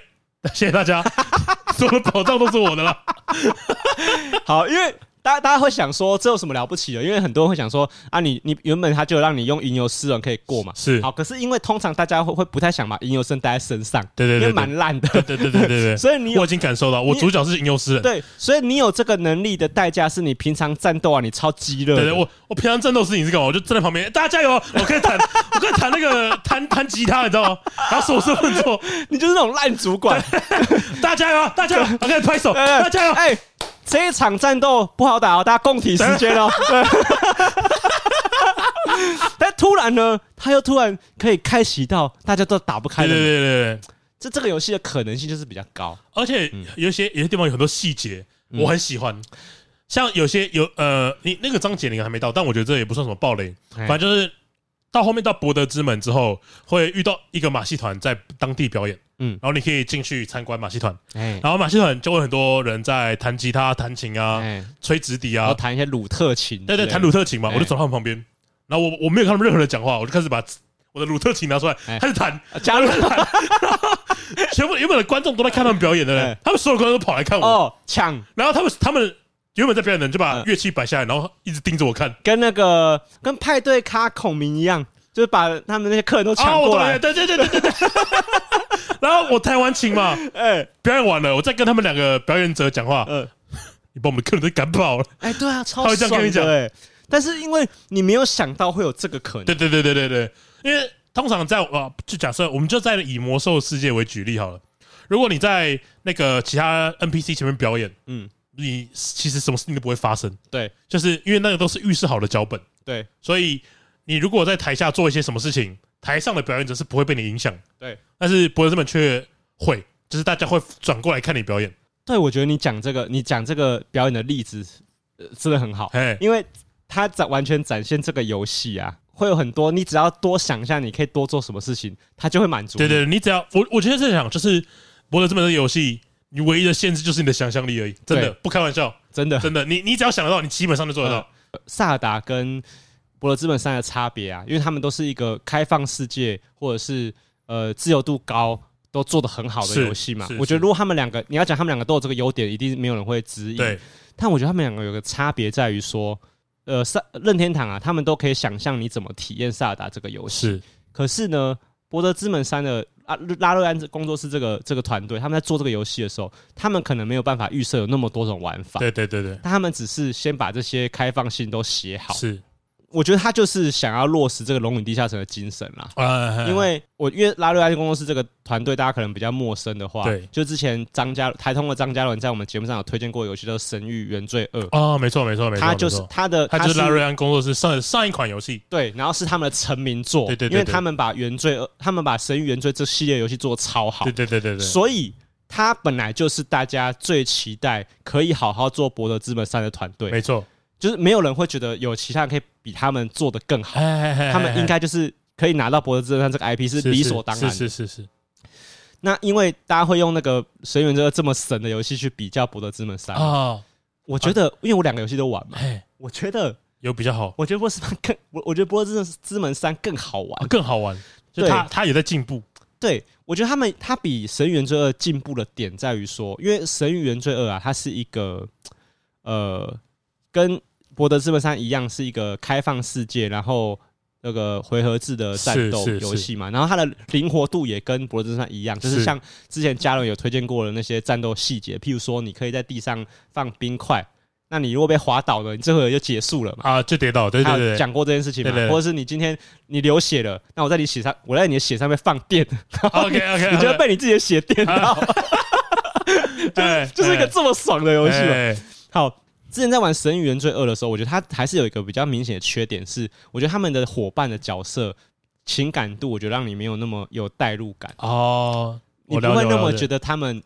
谢谢大家， 所有的宝藏都是我的了。好，因为大家大家会想说这有什么了不起的？因为很多人会想说啊你，你原本他就让你用吟游诗人可以过嘛，是好，可是因为通常大家会会不太想把吟游生带在身上，对对对因为蛮烂对 对的，对对对所以你对，我有已经感受到，我你主角是吟游诗人。对，所以你有这个能力的代价是你平常战斗啊，你超激烈的，对对，我我平常战斗事情是干嘛？我就站在旁边，哎大家加油！我可以弹，我可以弹那个弹弹吉他，你知道吗？然后手势不能做，你就是那种烂主管，大家加油！啊大家 加油！我可以拍手，哎大家加油！哎，这一场战斗不好打哦，大家共体时间哦，对。 但突然呢，他又突然可以开启到大家都打不开对的对对门，对对，这这个游戏的可能性就是比较高。而且有一些有些地方有很多细节，嗯我很喜欢。像有些有呃，你那个章节你还没到，但我觉得这也不算什么暴雷，哎反正就是到后面到博德之门之后，会遇到一个马戏团在当地表演，嗯嗯，然后你可以进去参观马戏团，哎然后马戏团就会很多人在弹吉他、弹琴啊、哎，吹直笛然啊后，弹一些鲁特琴，对对，弹鲁，特琴嘛，哎我就走到他们旁边，然后我我没有看他们任何人讲话，我就开始把 我的鲁特琴拿出来哎开始弹， 加入哎全部原本的观众都在看他们表演的哎人，他们所有观众都跑来看我，哦，抢然后他们他们原本在表演的人就把嗯乐器摆下来，然后一直盯着我看。跟那个跟派对咖孔明一样，就是把他们那些客人都啊，抢我过懂来了，，对对对对对对。 然后我弹完琴嘛，哎表演完了，我再跟他们两个表演者讲话，呃，你把我们客人都赶跑了。哎，对啊，超他会这样跟你讲爽的哎，但是因为你没有想到会有这个可能，对对对对对对，因为通常在啊，就假设我们就在以魔兽世界为举例好了。如果你在那个其他 NPC 前面表演，嗯，你其实什么事情都不会发生，对就是因为那个都是预示好的脚本，对所以你如果在台下做一些什么事情，台上的表演者是不会被你影响，对但是博德之门却会，就是大家会转过来看你表演，对，我觉得你讲这个，你讲这个表演的例子，呃真的很好，哎，因为它展完全展现这个游戏啊，会有很多你只要多想一下，你可以多做什么事情，它就会满足。对，对，你只要我我觉得在想，就是博德之门的游戏，你唯一的限制就是你的想象力而已，真的对不开玩笑， 真的，真的，你你只要想得到，你基本上就做得到。萨达跟博德之门三的差别啊，因为他们都是一个开放世界或者是呃自由度高。都做的很好的是游戏嘛是，我觉得是如果他们两个，你要讲他们两个都有这个优点，一定没有人会质疑。对，但我觉得他们两个有个差别在于说，呃，萨任天堂啊，他们都可以想象你怎么体验萨尔达这个游戏。是可是呢，博德之门三的啊拉瑞安工作室这个这个团队，他们在做这个游戏的时候，他们可能没有办法预设有那么多种玩法，对对对对，但他们只是先把这些开放性都写好。是我觉得他就是想要落实这个《龙与地下城》的精神啦。啊因为我因为拉瑞安工作室这个团队，大家可能比较陌生的话，对就之前张家台通的张嘉伦在我们节目上有推荐过游戏，叫《神域原罪二》，哦，没错没错没错，他就是没错他的他就是拉瑞安工作室上上一款游戏，对，然后是他们的成名作，对对对因为对他们把原罪二，他们把《神域原罪》这系列游戏做得超好对，对对对对，所以他本来就是大家最期待可以好好做《博德之门三》的团队，没错，就是没有人会觉得有其他人可以比他们做得更好，他他们应该就是可以拿到《博德之门三》这个 IP 是理所当然的是是是是，那因为大家会用那个《神原这个这么神的游戏去比较《博德之门三》啊，我觉得，因为我两个游戏都玩嘛，哎，我觉得，有比较好，我觉得《博德之门》更，我我觉得《博德之门三》更好玩。啊更好玩，就对他他也在进步，对我觉得他们，他比《神原罪二》进步的点在于说，因为《神原罪二》啊，它是一个呃，跟《博德之门三》一样，是一个开放世界，然后。那个回合制的战斗是是是游戏嘛，然后它的灵活度也跟《博德之门三》一样，就是是像之前嘉伦有推荐过的那些战斗细节，譬如说你可以在地上放冰块，那你如果被滑倒了，你这回合就结束了嘛。啊，就跌倒，对他对有对对，讲过这件事情嘛对对，对或者是你今天你流血了，那我在你血上，我在你的血上面放电， 然后你哦 OK，OK，OK 你就会被你自己的血电到， 哎就是一个这么爽的游戏嘛。哎好，之前在玩《神与原罪二》的时候，我觉得它还是有一个比较明显的缺点是，我觉得他们的伙伴的角色情感度，我觉得让你没有那么有代入感，哦，你我不了会解那我么了觉解得他们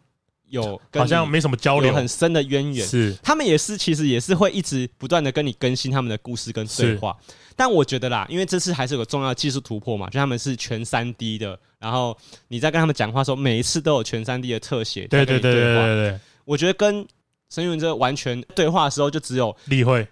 有跟好你像没什么交流有，很深的渊源。是他们也是，其实也是会一直不断的跟你更新他们的故事跟对话。但我觉得啦，因为这次还是有个重要的技术突破嘛，就他们是全三 D 的，然后你在跟他们讲话的时候，每一次都有全三 D 的特写对在跟对你对对话。对对，我觉得跟沈云这完全对话的时候，就只有例会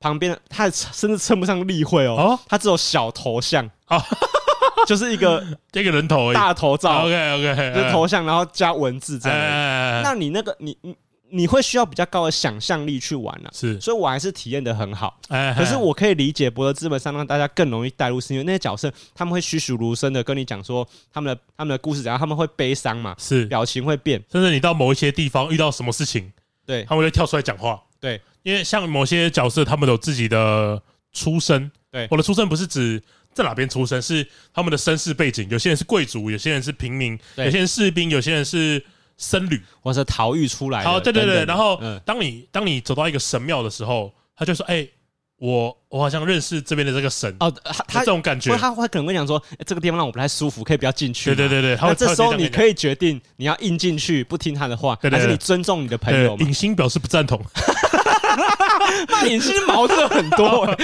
旁边的他甚至称不上例会哦，哦，他只有小头像哦 就是 一个这个人头而已哎大头照， ，OK 就 OK，是头像，然后加文字哎这样而已。那那你那个你你你会需要比较高的想象力去玩啊，是，所以我还是体验的很好。哎，可是我可以理解《博德之门三》让大家更容易带入，是因为那些角色他们会栩栩如生的跟你讲说他们的他们的故事，然后他们会悲伤嘛，是，表情会变，甚至你到某一些地方遇到什么事情，对他们会跳出来讲话，对，因为像某些角色，他们有自己的出身，对我的出身不是指在哪边出身，是他们的身世背景，有些人是贵族，有些人是平民，对有些人士兵，有些人是僧侣。或是逃狱出来的。好，对对等对，哎等的然后嗯，当你当你走到一个神庙的时候，他就说：“哎，我我好像认识这边的这个神。”哦，他这他种感觉或，他会可能会讲说、欸这个地方让我不太舒服，可以不要进去对嘛。对对对，他那会这时候你以可以决定你要硬进去不听他的话，对对对还是你尊重你的朋友对嘛？影星表示不赞同， 那尹欣矛盾很 多、欸，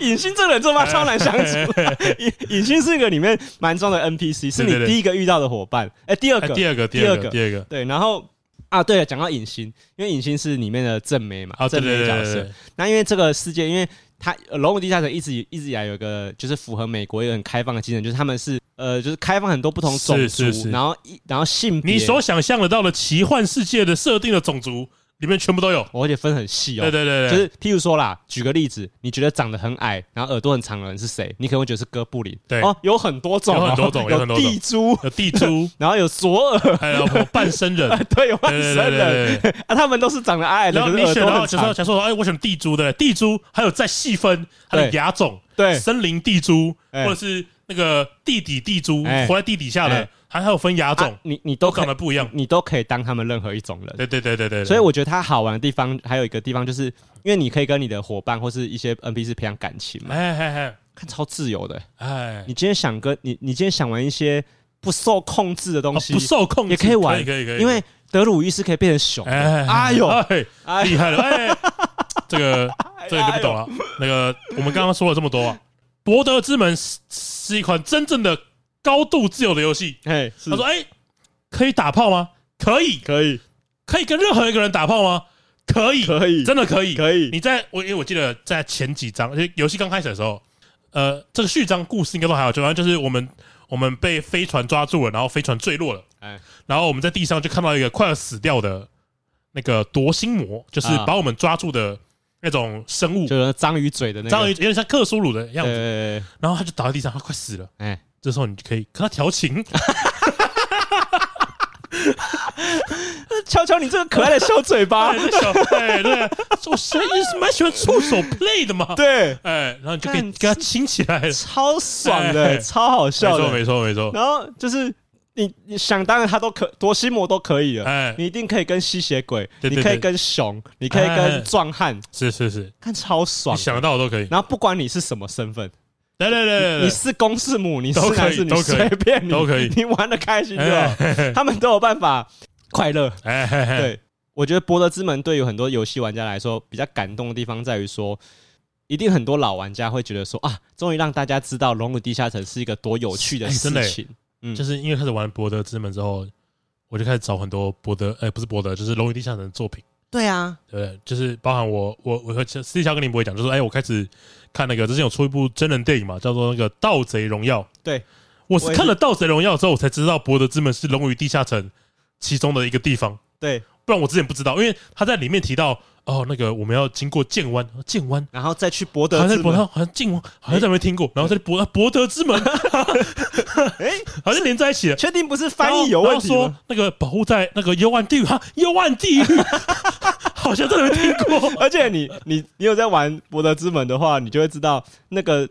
尹欣这个人真的哎妈超难相处。尹尹欣是一个里面蛮重要的 NPC，是对对你对第一个遇到的伙伴，哎，第二哎 个，第二个，第第二二个个，第二个，对，然后啊，对了，讲到尹欣，因为尹欣是里面的正妹嘛，啊，对正对妹对角对对色对。，那因为这个世界，因为它呃《龙与地下城》一直以一直以来有一个就是符合美国一个很开放的精神，就是他们是呃就是开放很多不同种族，是是是然后一然后性别，你所想象得到的奇幻世界的设定的种族里面全部都有。我而且分很细哦，对对对对，就是譬如说啦，举个例子，你觉得长得很矮，然后耳朵很长的人是谁？你可能会觉得是哥布林。对哦，有很多种哦，有很多种有很多种地猪，有地 猪，然后有左耳，还有半身人。哎对，有半对身对对对人，对， 啊，他们都是长得矮矮的，然后可是你耳选朵到很就说，长，假如说，哎，我选地猪对，地猪还有再细分它的对亚种，对森林地猪，哎或者是那个地底地猪，哎活在地底下的哎，还还有分亚种啊，你你都都可长以得，不一样。你都可以当他们任何一种人。对对对对对，对所以我觉得它好玩的地方还有一个地方，就是因为你可以跟你的伙伴或是一些 NPC 培养感情嘛，哎哎看超自由的。欸哎哎，你今天想跟你，你今天想玩一些不受控制的东哦西不，受控制也可以玩可以可以，因为德鲁伊是可以变成熊的。哎哎呦，哎哎厉害了！哎，这个这个就不懂了。那个我们刚刚说了这么多啊，《博德之门》是是一款真正的高度自由的游戏。哎，他说：“哎，可以打炮吗？可以，可以，可以跟任何一个人打炮吗？可以，可以，真的可以。可以，你在我因为我记得在前几章，而且游戏刚开始的时候，呃，这个序章故事应该都还好，就反正就是我们我们被飞船抓住了，然后飞船坠落了，哎，然后我们在地上就看到一个快要死掉的那个夺心魔，就是啊把我们抓住的那种生物，就是章鱼嘴的那个章鱼有点像克苏鲁的样子，对，然后他就倒在地上，他快死了。 哎，这时候你就可以跟他调 情，瞧瞧你这个可爱的小嘴巴，哎这小对对，我是蛮喜欢触手 play 的嘛，， 对，哎，然后你就可以干跟他亲起来了，超爽的，哎超好没笑错的。没错没错，然后就是你你想当然他都可多心魔都可以了，哎， 你一定可以跟吸血鬼，对对你可以对跟熊，你可以哎跟壮汉，是是是，看超你爽。想得到的都可以，然后不管你是什么身份，来来来来你来，是公是母，你是都可以男是女，都可以随便你都可以你玩的开心就好哎。嘿嘿他们都有办法快乐。哎嘿嘿，对，我觉得《博德之门》对于很多游戏玩家来说，比较感动的地方在于说，一定很多老玩家会觉得说啊，终于让大家知道《龙与地下城》是一个多有趣的哎事真的情。嗯就是因为开始玩《博德之门》之后，我就开始找很多博德，哎，不是博德，就是《龙与地下城》的作品。对啊，对不对？就是包含我，我我会私底下跟林博也讲，就是哎、我开始看那个之前有出一部真人电影嘛，叫做那个《盗贼荣耀》。对，我是我也是看了《盗贼荣耀》之后，我才知道《博德之门》是《龙与地下城》其中的一个地方，对。不然我之前不知道，因为他在里面提到哦，那个我们要经过剑湾，哦剑湾。然后再去博好德像在之博门，德，好像剑湾，好像在没听过，然后在博啊博德之 门，哎，好像连在一起了。确定不是 翻译有然问后题说吗？那个保护在那个幽暗地狱，哈， 幽暗地狱，好像真的没听 过。而且你你你有在玩博德之门的话，你就会知道那个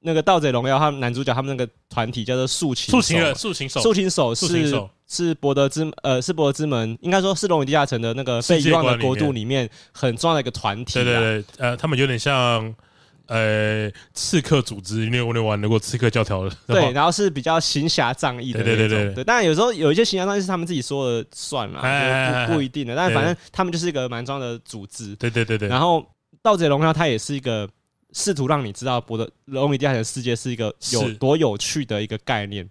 那个盗贼荣耀，他们男主角他们那个团体叫做竖琴竖琴手人，嘛竖琴手，竖琴啊手竖琴是手是博德之呃是博德之门，应该说是龙与地下城的那个被世界遗忘的观里国度面里面很重要的一个团体。啊对对对，呃，他们有点像呃刺客组织，因为我有玩过刺客教条的话，对，然后是比较行侠仗义的那种。对对对对对对，当然有时候有一些行侠仗义是他们自己说了算了，哎哎哎就是哎不不一定的。但对是反正他们就是一个蛮重要的组织。对对对对然后盗贼荣耀它也是一个试图让你知道博德龙与地下城世界是一个有是多有趣的一个概念。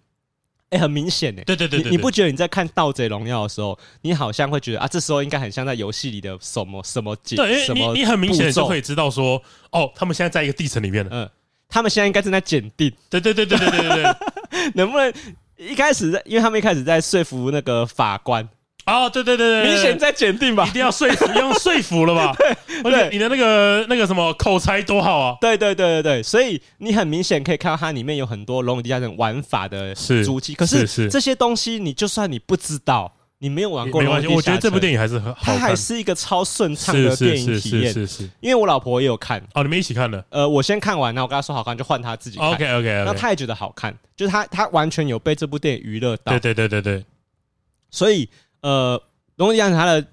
哎，很明显呢。对对对你对，你不觉得你在看《盗贼荣耀》的时候，你好像会觉得啊，这时候应该很像在游戏里的什么什么解对，因什为么你你很明显步骤就可以知道说，哦，他们现在在一个地层里面了。嗯，他们现在应该正在检定， 对对对对对对对对，能不能一开始在，因为他们一开始在说服那个法官，哦，对对对对，对明显在检定一吧？定要说服，要用说服了吧？而且你的那个那个什么口才多好啊！对对对对对，所以你很明显可以看到它里面有很多《龙与地下城》玩法的是足迹，可是是是这些东西你就算你不知道，你没有玩啊过《没龙关与系，地下我觉城》，得这部电影影还是很好它还看，是一个超顺畅是的是电影是体是验，是是。因为我老婆也有看。哦，你们一起看的呃，我先看完，然后我跟她说好看，就换她自己看。 ？OK OK 那 OK，她也觉得好看，就是她她完全有被这部电影娱乐到对。对对对对，所以呃，《龙与地下城》它的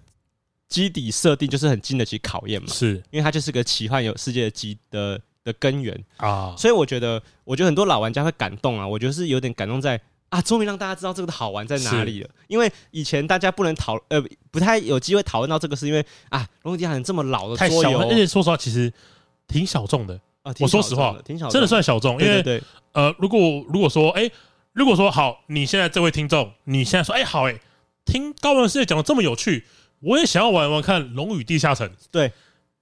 基底设定就是很经得起考验嘛，是因为它就是个奇幻有世界的基的的根源。啊，所以我觉得，我觉得很多老玩家会感动啊，我觉得是有点感动在。啊，终于让大家知道这个的好玩在哪里了。因为以前大家不能讨呃，不太有机会讨论到这个，是因为啊，《龙与地下城》这么老的太桌小游了，而且说实话，其实挺小众的。啊，挺我说小实话众挺小众真的算小众，因对对为对，呃，如果如果说，哎、如果说好，你现在这位听众，你现在说，哎、好、哎，听高文师姐讲的这么有趣，我也想要玩玩看《龙与地下城》。对，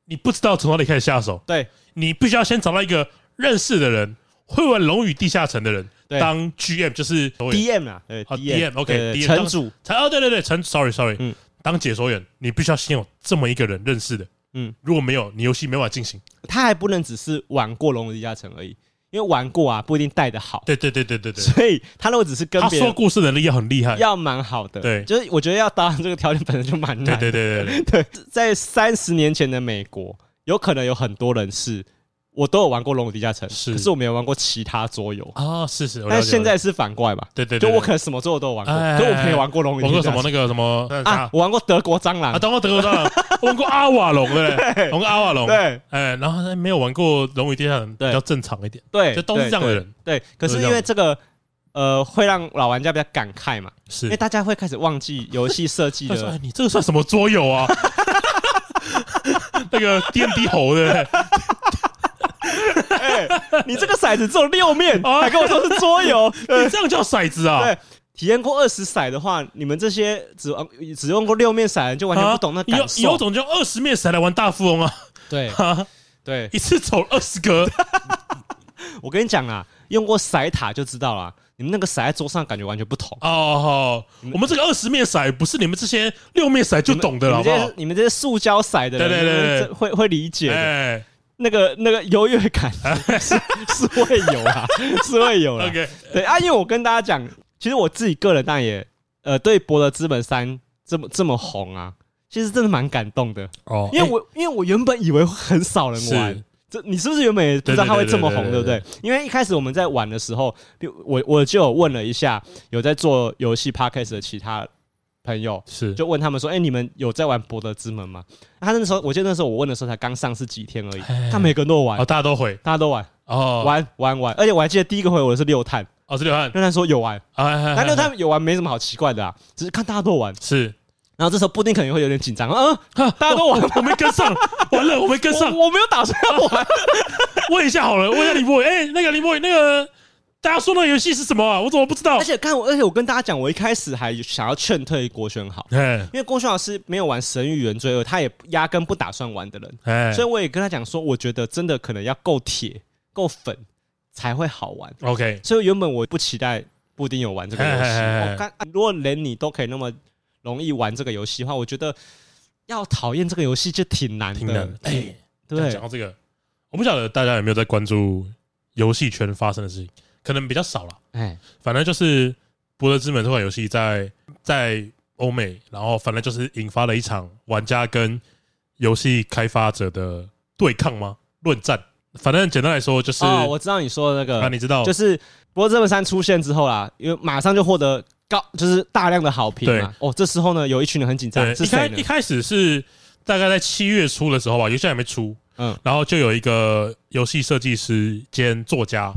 你不知道从哪里开始下手，对，你必须要先找到一个认识的人，会玩《龙与地下城》的人对当 GM，就是所谓 DM 啊，对好 DM DM，OK，对对 DM 城主才哦，对对对，陈，sorry sorry，嗯当解说员，你必须要先有这么一个人认识的。嗯，如果没有，你游戏没法进行。他还不能只是玩过《龙与地下城》而已，因为玩过啊不一定带的好，对对对对对对，所以他如果只是跟他别说人故事能力要很厉害。要蛮好的，对就是我觉得要达成这个条件本身就蛮对难。对对对 对，在三十年前的美国，有可能有很多人是我都有玩过《龙与地下城》，是可是我没有玩过其他桌游。啊，是是，我了但解现。我了在是反过来吧？解对对，就对我对可能什么桌游都有玩过，哎可我没有玩过《龙与玩地过下什城么》那个什么啊啊，我玩过德国蟑螂啊，，当过德国 蟑螂，我玩过阿瓦隆对不对？玩过阿瓦隆，对哎，然后他没有玩过《龙与地下城》，对比较正常一点，对，就都是对这样的对人，对，都可是是这因样为这个。呃，会让老玩家比较感慨嘛，是因为。大家会开始忘记游戏设计他说：“哎的，你这个算什么桌游啊？ 那个 D N D 猴对不对？哎，你这个骰子只有六面，哦还跟我说是桌游，你这样叫骰子啊？对，体验过二十骰的话，你们这些只玩只用过六面骰的人就完全不懂那有感啊有受。种就二十面骰来玩大富翁啊，对哈，对， 一次走二十个，我跟你讲啊，用过骰塔就知道啦。你们那个骰在桌上感觉完全不同，哦，嗯我们这个二十面骰不是你们这些六面骰就懂的了，好不你们这好些？你们这些塑胶骰的对人，对对对你们会会理解的哎那个那个优越感 是是会有啦，是会有啦。 ，OK，对啊，因为我跟大家讲，其实我自己个人当然也呃对《博德资本三》这么这么红啊，其实真的蛮感动的，哦因为我、因为我原本以为很少人哎玩是。这你是不是原本也不知道它会这么红，对对不对对对对？因为一开始我们在玩的时候，比如我我就有问了一下有在做游戏 podcast 的其他朋友，是就问他们说：“哎、你们有在玩《博德之门》吗？”他那时候，我记得那时候我问的时候才刚上市几天而已，哎他每个人都玩哦，，大家都会大家都玩，哦，玩玩玩。而且我还记得第一个回我的是六探，哦是刘汉，六探说有玩，哎但六探有玩没什么好奇怪的啊，只是看大家都玩。是然后这时候布丁可能会有点紧张，嗯，大家都玩我，我没跟上，完了我没跟上，我我没有打算要玩，问一下好了，问一下李博伟，哎，那个李博伟，那个大家说那个游戏是什么啊？我怎么不知道而？且看我，而且我跟大家讲，我一开始还想要劝退郭轩豪，哎因为郭轩豪是没有玩《神与原罪二》，他也压根不打算玩的人，哎所以我也跟他讲说，我觉得真的可能要够铁、够粉才会好玩。 ，OK，所以原本我不期待布丁有玩这个游戏。嘿嘿嘿嘿我看、啊如果连你都可以那么容易玩这个游戏的话，我觉得要讨厌这个游戏就挺难的，听了，哎，对讲到这个，我不晓得大家有没有在关注游戏圈发生的事情，可能比较少了。哎，反正就是《博德之门》这款游戏在在欧美，然后反正就是引发了一场玩家跟游戏开发者的对抗吗？论战。反正简单来说就是，哦，我知道你说的那啊，个，你知道，就是《博德之门三》出现之后啦，因为马上就获得高，就是大量的好评嘛。哦，这时候呢，有一群人很紧张对，，是一开谁呢一？开始是大概在七月初的时候吧，游戏还没出，嗯嗯，然后就有一个游戏设计师兼作家，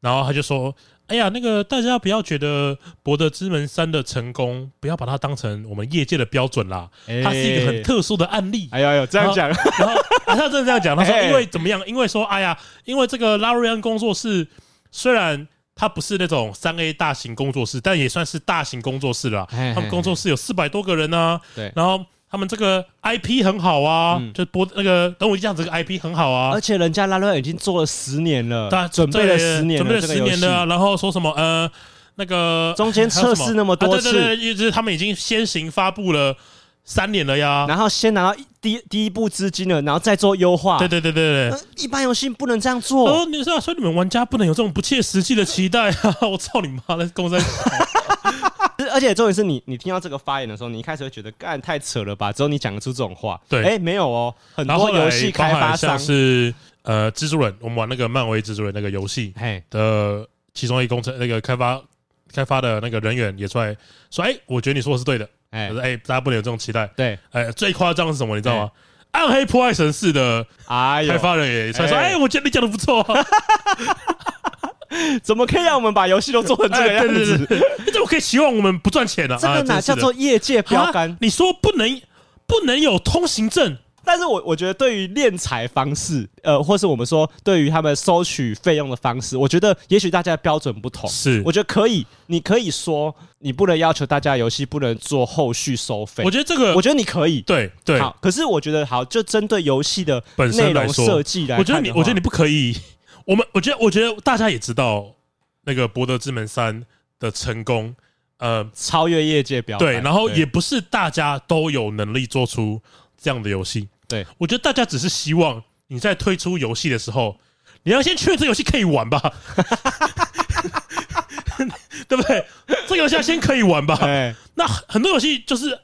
然后他就说：“哎呀，那个大家不要觉得《博德之门三》的成功，不要把它当成我们业界的标准啦，它是一个很特殊的案例。”哎呦哎呦，这样讲，然后、啊、他真的这样讲，他说哎因为怎么样？因为说哎呀，因为这个拉瑞安工作室虽然它不是那种三 A 大型工作室，但也算是大型工作室了。哎他们工作室有四百多个人啊，对然后他们这个 IP 很好啊嗯，就播那个等我一讲这个 IP 很好啊而。且人家拉瑞已经做了十年了大家，准备对了十年，准备了十年这的个游啊，戏，然后说什么呃，那个中间测试那么多还有什么啊次对对对，就是他们已经先行发布了三年了呀。然后先拿到一第第一步资金了，然后再做优化。对对对对对，呃，一般游戏不能这样哦做，，你是啊，所以你们玩家不能有这种不切实际的期待啊！ 我操你妈的，公山 是而且重点是你，你听到这个发言的时候，你一开始会觉得干太扯了吧？只有你讲得出这种话，对哎，没有哦，很然后多后来游戏开包含发像，商是呃蜘蛛人，我们玩那个漫威蜘蛛人那个游戏嘿，的其中一工程那个开发开发的那个人员也出来说，哎、我觉得你说的是对的，哎可是，哎、大家不能有这种期待。对，哎、最夸张是什么？你知道吗？暗黑破坏神四的哎开呦，发人也出来说：“哎哎、我觉得你讲的不错、 啊，怎么可以让我们把游戏都做成这个哎样对对对子？对，你怎么可以期望我们不赚钱呢、啊？这个啊哪真是叫的做业界标杆啊？你说不能不能有通行证，但是我我觉得对于敛财方式，呃，或是我们说对于他们收取费用的方式，我觉得也许大家的标准不同。是我觉得可以，你可以说你不能要求大家游戏不能做后续收费。我觉得这个我觉得你可以，对对，好。可是我觉得好，就针对游戏的本内身来容说设计来我觉得看你，的我觉得你话不可以。我们，我觉得，我觉得大家也知道那个《博德之门三》的成功，呃，超越业界标杆对，然后也不是大家都有能力做出这样的游戏。对我觉得大家只是希望你在推出游戏的时候，你要先确认这游戏可以玩 吧，对不对？这个游戏要先可以玩吧。哎，那很多游戏就是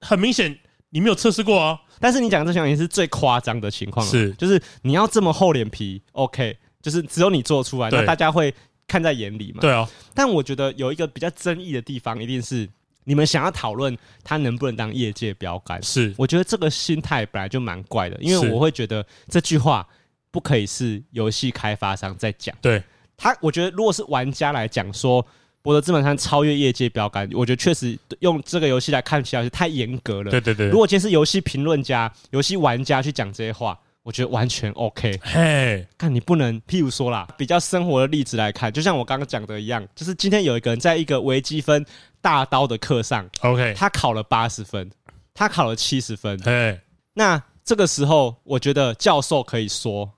很明显你没有测试过啊，但是你讲这情况也是最夸张的情况了，是就是你要这么厚脸皮，OK，就是只有你做出来，那对大家会看在眼里嘛。对啊，但我觉得有一个比较争议的地方，一定是你们想要讨论它能不能当业界标杆。是我觉得这个心态本来就蛮怪的，因为是我会觉得这句话不可以是游戏开发商在讲。对，他我觉得如果是玩家来讲说《博德之门三》超越业界标杆，我觉得确实用这个游戏来看起来是太严格了。对对对如。果今天是游戏评论家、游戏玩家去讲这些话，我觉得完全 OK。嘿，看你不能，譬如说啦，比较生活的例子来看，就像我刚刚讲的一样，就是今天有一个人在一个微积分大刀的课上， OK，他考了八十分，他考了七十分，嘿，那这个时候，我觉得教授可以说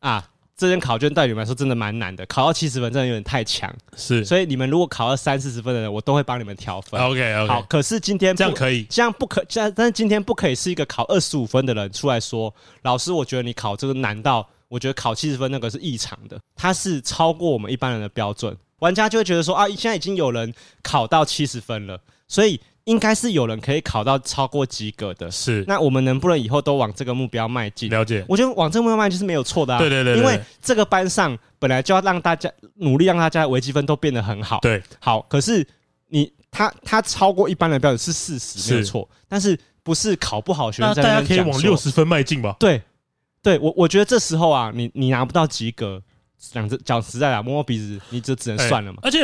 啊，这份考卷对你们来说真的蛮难的，考到七十分真的有点太强，是所以你们如果考到三四十分的人，我都会帮你们调分。 OK 好， OK，可是今天不这样可以这样不可，这样但是今天不可以是一个考二十五分的人出来说，老师，我觉得你考这个难到，我觉得考七十分那个是异常的，它是超过我们一般人的标准。玩家就会觉得说啊，现在已经有人考到七十分了，所以应该是有人可以考到超过及格的。是那我们能不能以后都往这个目标迈进？了解，我觉得往这个目标迈进是没有错的啊。对对对对因为这个班上本来就要让大家努力，让大家的微积分都变得很好。对，好，可是你他他超过一般的标准是事实，是没有错，但是不是考不好的学那生在大那家边可以讲往说六十分迈进吧。对，对我我觉得这时候啊，你你拿不到及格，讲这讲实在的啊，摸摸鼻子，你就只能哎算了嘛。而且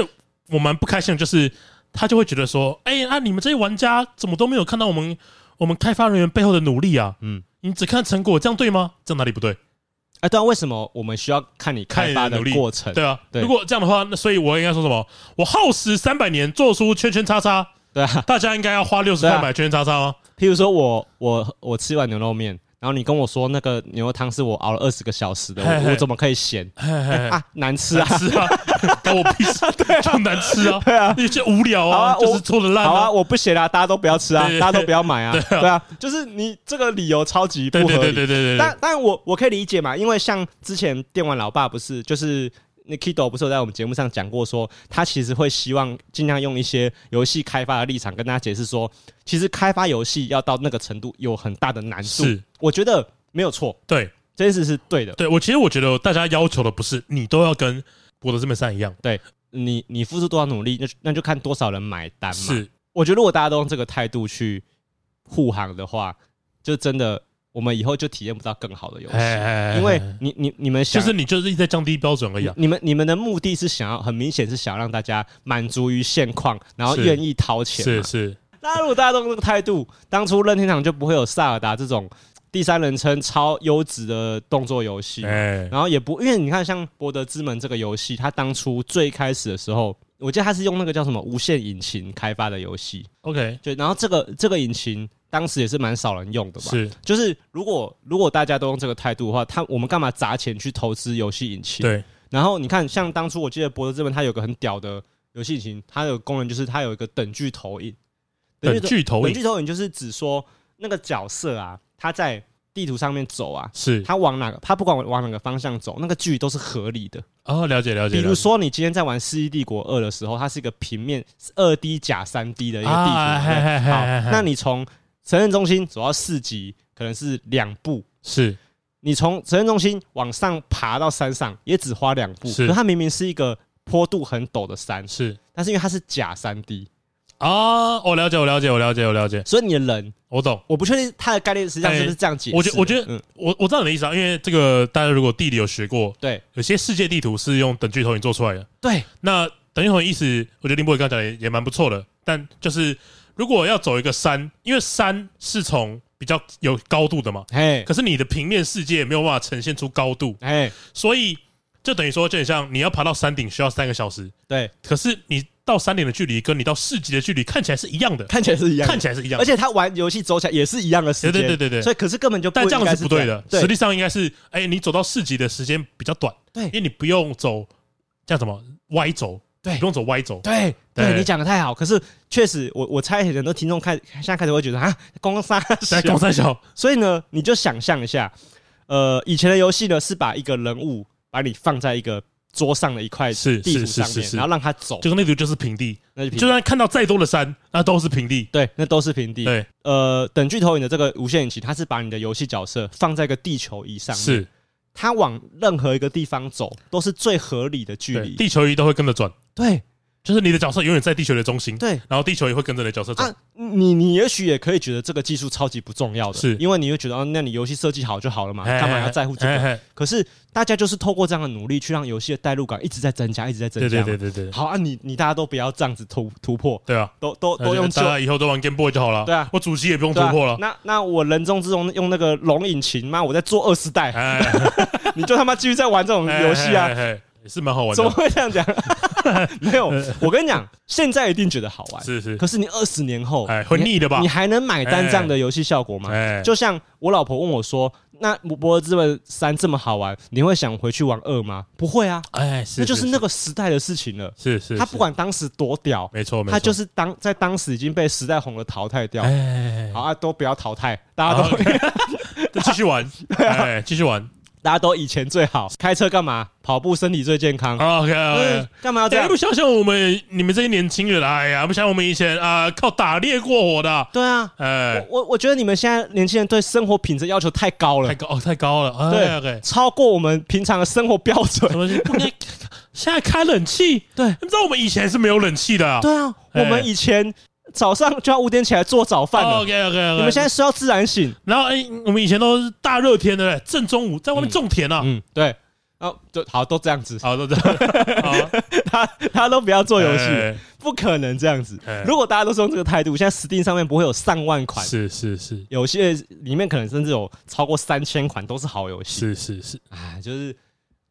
我蛮不开心的，就是他就会觉得说，哎、啊，你们这些玩家怎么都没有看到我们我们开发人员背后的努力啊？嗯，你只看成果，这样对吗？这样哪里不对？哎，对啊，为什么我们需要看你看开你发的的努力过程？对啊，对如果这样的话，那所以我应该说什么？我耗时三百年做出圈圈叉叉，对啊，大家应该要花六十块对啊买圈圈叉叉吗？ 譬如说我我我吃一碗牛肉面，然后你跟我说那个牛肉汤是我熬了二十个小时的，嘿嘿我我怎么可以嫌嘿嘿嘿啊？难吃啊！吃 啊，关我屁事，就难吃啊，对啊，就无聊好啊，啊我就是做的烂好啊，，我不嫌啊，大家都不要吃啊对，对大家都不要买啊，对啊对啊，就是你这个理由超级不对合对对理。对对对但对，但我我可以理解嘛，因为像之前电玩老爸不是就是。那 Kido 不是有在我们节目上讲过说他其实会希望尽量用一些游戏开发的立场跟大家解释说，其实开发游戏要到那个程度有很大的难度是。我觉得没有错，对这件事是对的。对，我其实我觉得大家要求的不是你都要跟我的这本善一样，你你付出多少努力，那就那就看多少人买单嘛。，是我觉得如果大家都用这个态度去护航的话，就真的我们以后就体验不到更好的游戏，哎因为你你你们就想，是你就是一直在降低标准而已你啊，你们你们的目的是想要很明显是想要让大家满足于现况，然后是愿意掏钱是嘛。是，那如果大家都用这个态度，当初任天堂就不会有萨尔达这种第三人称超优质的动作游戏嘛。哎，然后也不，因为你看像《博德之门》这个游戏，它当初最开始的时候，我记得它是用那个叫什么无限引擎开发的游戏， OK，就然后这个这个引擎当时也是蛮少人用的吧。是就是如果如果大家都用这个态度的话，他我们干嘛砸钱去投资游戏引擎？。对，然后你看，像当初我记得《博德之门》，它有个很屌的游戏引擎，它有个功能就是它有一个等距投影，等距投等影距投影就是指说那个角色啊，他在地图上面走啊，是，他往哪个，他不管往哪个方向走，那个距离都是合理的。哦，了解了解，比如了解说，你今天在玩《世纪帝国二》的时候，它是一个平面二 D 假三 D 的一个地图啊嘛。对不对嘿嘿嘿好嘿嘿，那你从城镇中心走到市集，可能是两步。是你从城镇中心往上爬到山上，也只花两步。是可它明明是一个坡度很陡的山，是但是因为它是假三 D，啊，我了解我了解我了解我了解，所以你的人，我懂。我不确定它的概念实际上是不是这样解释的。我觉我觉得嗯，我我知道你的意思啊，因为这个大家如果地理有学过，对有些世界地图是用等距投影做出来的。对，那等距投影意思，我觉得林博伟刚才讲的也也蛮不错的。但就是如果要走一个山，因为山是从比较有高度的嘛，嘿，可是你的平面世界没有办法呈现出高度，嘿，所以就等于说，就很像你要爬到山顶需要三个小时，对，可是你到山顶的距离跟你到市集的距离看起来是一样的，看起来是一样的，看起来是一样而的。且他玩游戏走起来也是一样的时间，对对对对对所以可是根本就但这样应该是是不对的，对实际上应该是，哎，你走到市集的时间比较短，对因为你不用走叫什么歪轴，对你不用走歪轴，对对对，你讲的太好。可是确实，我我猜很多听众开现在开始会觉得啊，光杀在高山小，所以呢，你就想象一下，呃，以前的游戏呢是把一个人物把你放在一个桌上的一块是地图是是上是面，是然后让他走，这个那图就是平地，那就平就算看到再多的山，那都是平地。对，那都是平地。对，呃，等距投影的这个无限引擎，它是把你的游戏角色放在一个地球仪上面，是它往任何一个地方走都是最合理的距对离。地球仪都会跟着转，对，就是你的角色永远在地球的中心，对然后地球也会跟着你的角色走。啊，你你也许也可以觉得这个技术超级不重要的，是因为你会觉得，哦，那你游戏设计好就好了嘛，哎干嘛要在乎这？个？哎哎可是大家就是透过这样的努力，去让游戏的代入感一直在增加，一直在增对加对嘛。对对对，好啊，你你大家都不要这样子突突破，对啊，都都都用旧大家以后都玩 Game Boy 就好了。对啊我主机也不用突对啊破了。那那我人中之龙用那个龙引擎，妈，我在做二十代，哎，你就他妈继续在玩这种哎游戏，啊哎？哎哎也是蛮好玩怎么的。会这样讲？没有，我跟你讲，现在一定觉得好玩，是是，可是你二十年后，哎会你腻的吧你还能买单这样的游戏效果吗？哎，就像我老婆问我说：“那《博尔之门三》这么好玩，你会想回去玩二吗？”不会啊，哎，是那就是那个个时代的事情了。是是，他不管当时多屌是，，没错没错，他就是当在当时已经被时代红了淘汰掉。哎，好啊，都不要淘汰，大家都就继续玩，哎，继续玩。 大家都以前最好。开车干嘛？跑步身体最健康。 OK 嗯 OK。干嘛要哦这哎，样不？想想我们你们这些年轻人，哎呀，不想我们以前啊，靠打猎过活的，对啊，哎我，我我觉得你们现在年轻人对生活品质要求太高了太，高哦，太高了，哎对， ，OK，超过我们平常的生活标准 什。么不该现在开冷气？对你知道我们以前是没有冷气的啊，对啊，哎我们以前早上就要五点起来做早饭了。 OK 嗯 OK，你们现在睡到自然醒。哦然后哎、我们以前都是大热天的，哎正中午在外面种田啊，嗯，对。哦，就好，都这样子， 好、都这样，好他他都不要做游戏，哎不可能这样子哎。如果大家都是用这个态度，现在 Steam 上面不会有上万款，是是是有些里面可能甚至有超过三千款都是好游戏。是是是，哎，就是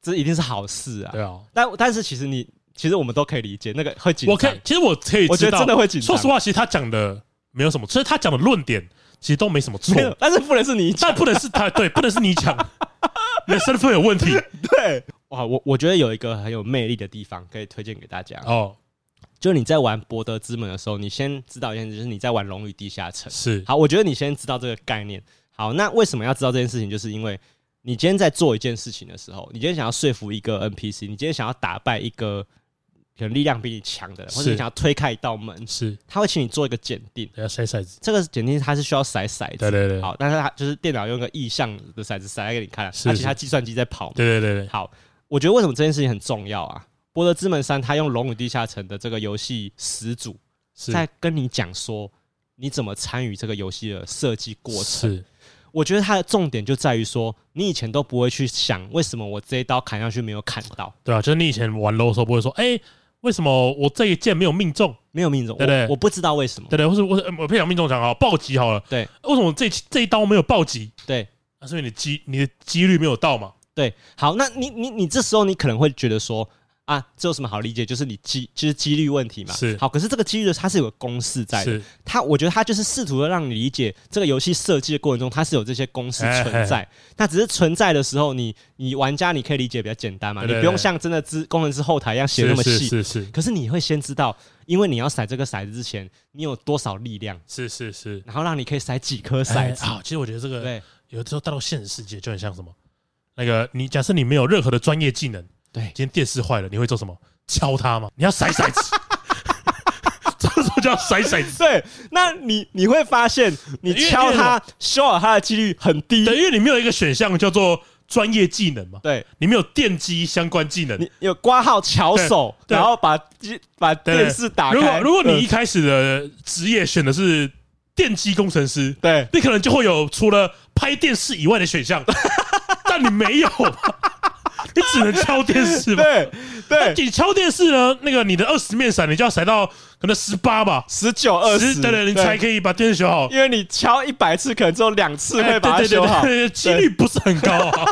这一定是好事啊。对啊，但但是其实你其实我们都可以理解，那个会紧张。我可以，其实我可以知道，我觉得真的会紧张说实话，其实他讲的没有什么，所以他讲的论点其实都没什么错没，有，但是不能是你 讲但不能是他对，不能是你讲， 你的身份有问题对。哇，我我觉得有一个很有魅力的地方可以推荐给大家，哦，就是你在玩《博德之门》的时候，你先知道一件事，就是你在玩《龙与地下城》。是好，我觉得你先知道这个概念。好，那为什么要知道这件事情？就是因为你今天在做一件事情的时候，你今天想要说服一个 NPC，你今天想要打败一个可能力量比你强的人，或者是你想要推开一道门，是，他会请你做一个检定。等下筛骰子，这个检定它是需要骰骰子，对对对好，但是它就是电脑用一个意向的骰子骰来给你看，而是且它计算机在跑嘛。对对对对，好，我觉得为什么这件事情很重要啊？《博德之门三》它用《龙与地下城》的这个游戏始祖是在跟你讲说你怎么参与这个游戏的设计过程。是我觉得它的重点就在于说，你以前都不会去想为什么我这一刀砍下去没有砍到，对啊，就是你以前玩 low 的时候不会说，哎、为什么我这一箭没有命中？没有命中，对对我我不知道为什么。对对，或是我我不想命中奖啊，暴击好了。对，为什么这这一刀没有暴击？对那是因为你机你的几率没有到嘛？对，好，那你你你这时候你可能会觉得说。啊，这有什么好理解？就是你机，就是几率问题嘛。是好，可是这个几率它是有个公式在的。是它，我觉得它就是试图的让你理解这个游戏设计的过程中，它是有这些公式存哎在。那只是存在的时候，你你玩家你可以理解比较简单嘛，对你对不用对像真的知工程师后台一样写是那么是细。是是可是你会先知道，因为你要甩这个骰子之前，你有多少力量，是是是然后让你可以甩几颗骰子。哎啊！其实我觉得这个对有的时候带到现实世界就很像什么？那个你假设你没有任何的专业技能，对今，天电视坏了，你会做什么？敲它吗？你要甩骰子，这个时候就要甩骰子。 对，那你你会发现，你因为敲因为什它、修好它的几率很低。对，因为你没有一个选项叫做专业技能嘛，对，你没有电机相关技能，你有挂号巧手，对对然后把机把对电视打开。如果如果你一嗯开始的职业选的是电机工程师，对你可能就会有除了拍电视以外的选项，但你没有，你只能敲电视嘛。对对，你敲电视呢，那个你的二十面闪，你就要闪到可能十八吧，十九二十，对对，你才可以把电视修好。哎因为你敲一百次，可能只有两次会把它对对修好。对对对几率不是很高啊。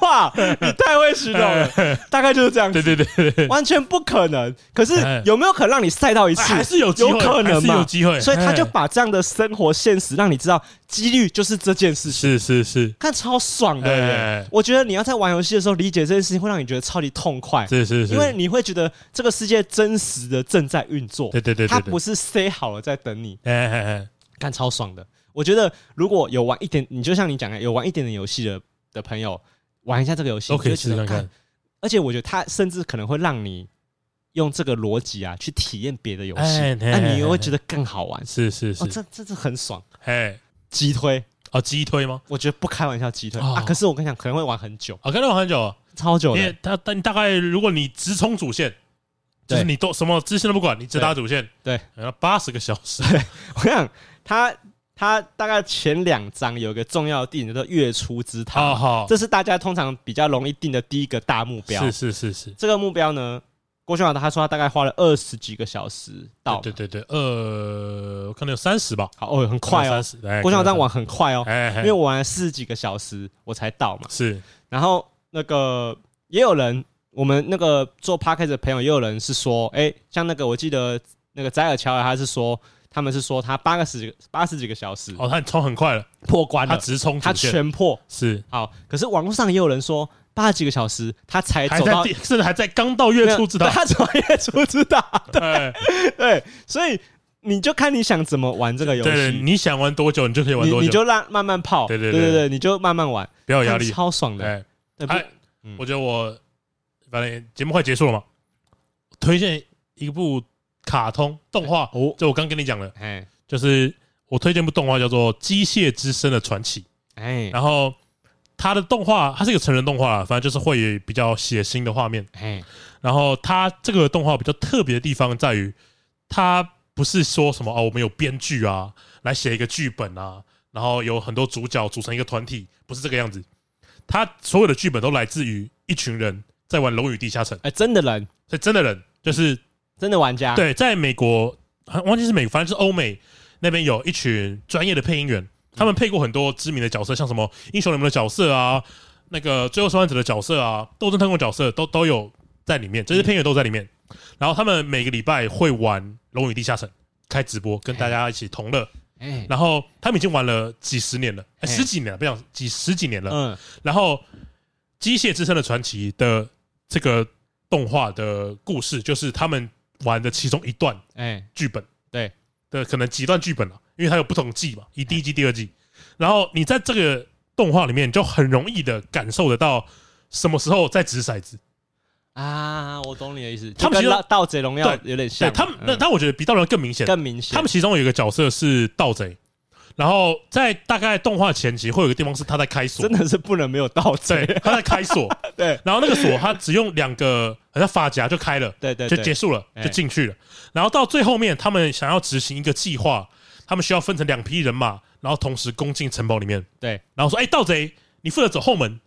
哇，你太会形容 了，大概就是这样哎对子，对对对对，完全不可能。可是哎有没有可能让你赛到一次？还是有机会有可还能是嘛？有机会所以他就哎把这样的生活现实让你知道，几率就是这件事是情。是是看超爽的耶哎！我觉得你要在玩游戏的时候理解这件事情，会让你觉得超级痛快，是是因为是，你会觉得这个世界真实的正在运作，对对对对对它不是塞好了在等你，哎哎哎，干超爽的。我觉得如果有玩一点，你就像你讲的，有玩一点点游戏的的朋友，玩一下这个游戏都可以你就觉试得看看干。而且我觉得它甚至可能会让你用这个逻辑啊去体验别的游戏哎，那你又哎会哎觉得更好玩。是是哦，是，这这这很爽，哎，击推，哦，击推吗？我觉得不开玩笑击推哦啊。可是我跟你讲，可能会玩很久，啊，跟他玩很久啊，超久因的为。他但大概如果你直冲主线，就是对你都什么支线都不管，你只打主线，对，然后八十个小时，我想他他大概前两章有一个重要的地点叫做月初之塔，好好，这是大家通常比较容易定的第一个大目标。是是是是，这个目标呢，郭轩老大他说他大概花了二十几个小时到，对对对，呃，我可能有三十吧，好哦，很快哦三，十，哎郭轩老大可能玩很快哦30，哎，哎因为我玩了四十几个小时我才到嘛。是然后那个也有人，我们那个做 p a c k a g e 的朋友也有人是说，哎、像那个我记得那个摘尔乔尔他是说，他们是说他八个十八十几个小时哦，他冲很快了，破关他了，直冲他主线，全破。是好，可是网络上也有人说八十几个小时他才还哎走在到第，甚至还在刚到月初之道对， 他走到月初之道， 哎对，所以你就看你想怎么玩这个游对对，戏。你想玩多久你就可以玩你多你久，就让慢慢泡，对对对对对对，你就慢慢玩，不要有压力，超爽的。哎，对不哎，嗯我觉得我反正节目快结束了嘛，推荐一部卡通动画，哦就我刚跟你讲了，哎就是我推荐部动画叫做《机械之声的传奇》，哎然后它的动画它是一个成人动画啦，反正就是会有比较血腥的画面。哎，然后它这个动画比较特别的地方在于，它不是说什么哦，我们有编剧啊来写一个剧本啊，然后有很多主角组成一个团体，不是这个样子。它所有的剧本都来自于一群人在玩《龙与地下城》，哎，真的人，所以真的人就是真的玩家，对，在美国，啊忘记是美，反正是欧美那边有一群专业的配音员，他们配过很多知名的角色，像什么英雄联盟的角色啊，那个最后生还者的角色啊，斗争特工角色都都有在里面，这些配音员都在里面。然后他们每个礼拜会玩《龙与地下城》，开直播跟大家一起同乐。哎，然后他们已经玩了几十年了，哎嘿十几年了，不想几十几年了。嗯，然后《机械之声的传奇》的这个动画的故事，就是他们玩的其中一段。哎，剧本，对的可能几段剧本了、因为它有不同季嘛，以第一季、第二季，然后你在这个动画里面你就很容易的感受得到什么时候在掷骰子。啊，我懂你的意思，他就们其跟实《盗盗贼荣耀》对有对点像嘛，他们，那嗯但我觉得比盗人更明显。更明显，他们其中有一个角色是盗贼，然后在大概动画前期会有一个地方是他在开锁真，的是不能没有盗对贼，，他在开锁， 对然后那个锁他只用两个好像发夹就开了。 对对就结对，束了，哎就进去了。然后到最后面，他们想要执行一个计划，他们需要分成两批人马，然后同时攻进城堡里面。对，然后说：“哎，盗贼，你负责走后门。”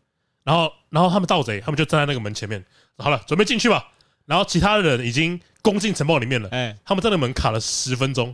然后，然后他们盗贼，他们就站在那个门前面。好了，准备进去吧。然后其他人已经攻进城堡里面了。哎，他们在那门卡了十分钟，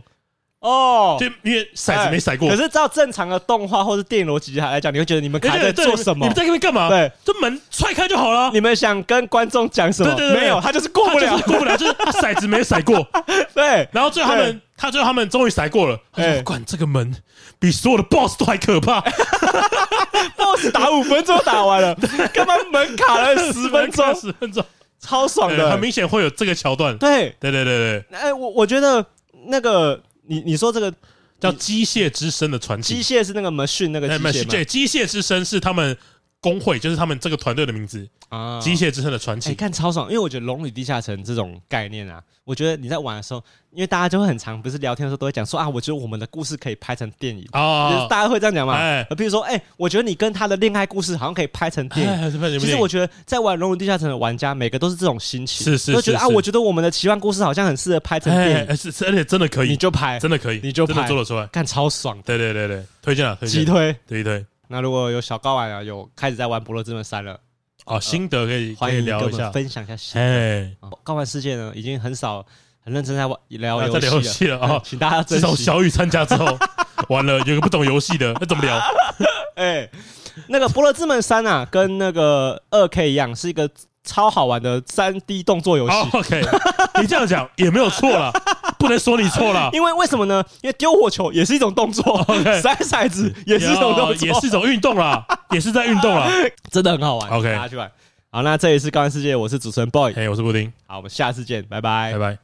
哦哎就。因为骰子没骰过可。是照正常的动画或是电影逻辑来讲，你会觉得你们哎对卡对在对做什么你们？在那边干嘛？对，这门踹开就好了。你们想跟观众讲什么对对？对对没有，他就是过他不就了是。过不了，就是他骰子没骰过。 对，然后最后他们，他最后他们终于甩过了。他说哎：“管这个门比所有的 boss 都还可怕，，BOSS 打五分钟打完了，干嘛门卡了哎十分 钟十分钟，哎超爽对很的。明显会有这个桥段。对，对对对对，哎，我我觉得那个你你说这个叫《机械之声》的传机奇。械是那个 machine 那个哎机没有械吗？对，《机械之声》是他们工会，就是他们这个团队的名字，啊《机械之声》的传哎、奇。看超爽，因为我觉得《龙与地下城》这种概念啊，我觉得你在玩的时候，因为大家就会很常，不是聊天的时候都会讲说啊，我觉得我们的故事可以拍成电影，就是哦，大家会这样讲嘛。哎呃比如说，哎、我觉得你跟他的恋爱故事好像可以拍成电影。哎是不是其实我觉得在玩《龙与地下城》的玩家，每个都是这种心情，是是都觉得是啊，是我觉得我们的奇幻故事好像很适合拍成电哎影，哎是是，而且真的可你以，就拍，真的可以，你就真的拍做得出来。干超爽的，对对对对，推荐了，啊推急荐了，推。推一推。那如果有小高玩啊，有开始在玩《博乐之门三》了，哦，心得可以可啊欢以迎跟聊我一下们。分享一下心哎，哦高玩世界呢，已经很少很认真在玩聊啊在聊游游戏了，戏了哦哦，，请大家自珍从惜。小雨参加之后，完了有个不懂游戏的，那怎么聊？哎，那个《伯乐之门三》啊，跟那个二 K 一样，是一个超好玩的三 D 动作游戏。好，OK，你这样讲也没有错啦，不能说你错啦。因为为什么呢？因为丢火球也是一种动作， OK 哦甩骰子也是一种动作，也是一种运动啦，也是在运动啦。 真的很好玩。 OK 大家去玩。好，那这里是高玩世界，我是主持人 boy。哎，我是布丁，好，我们下次见，拜拜拜。拜。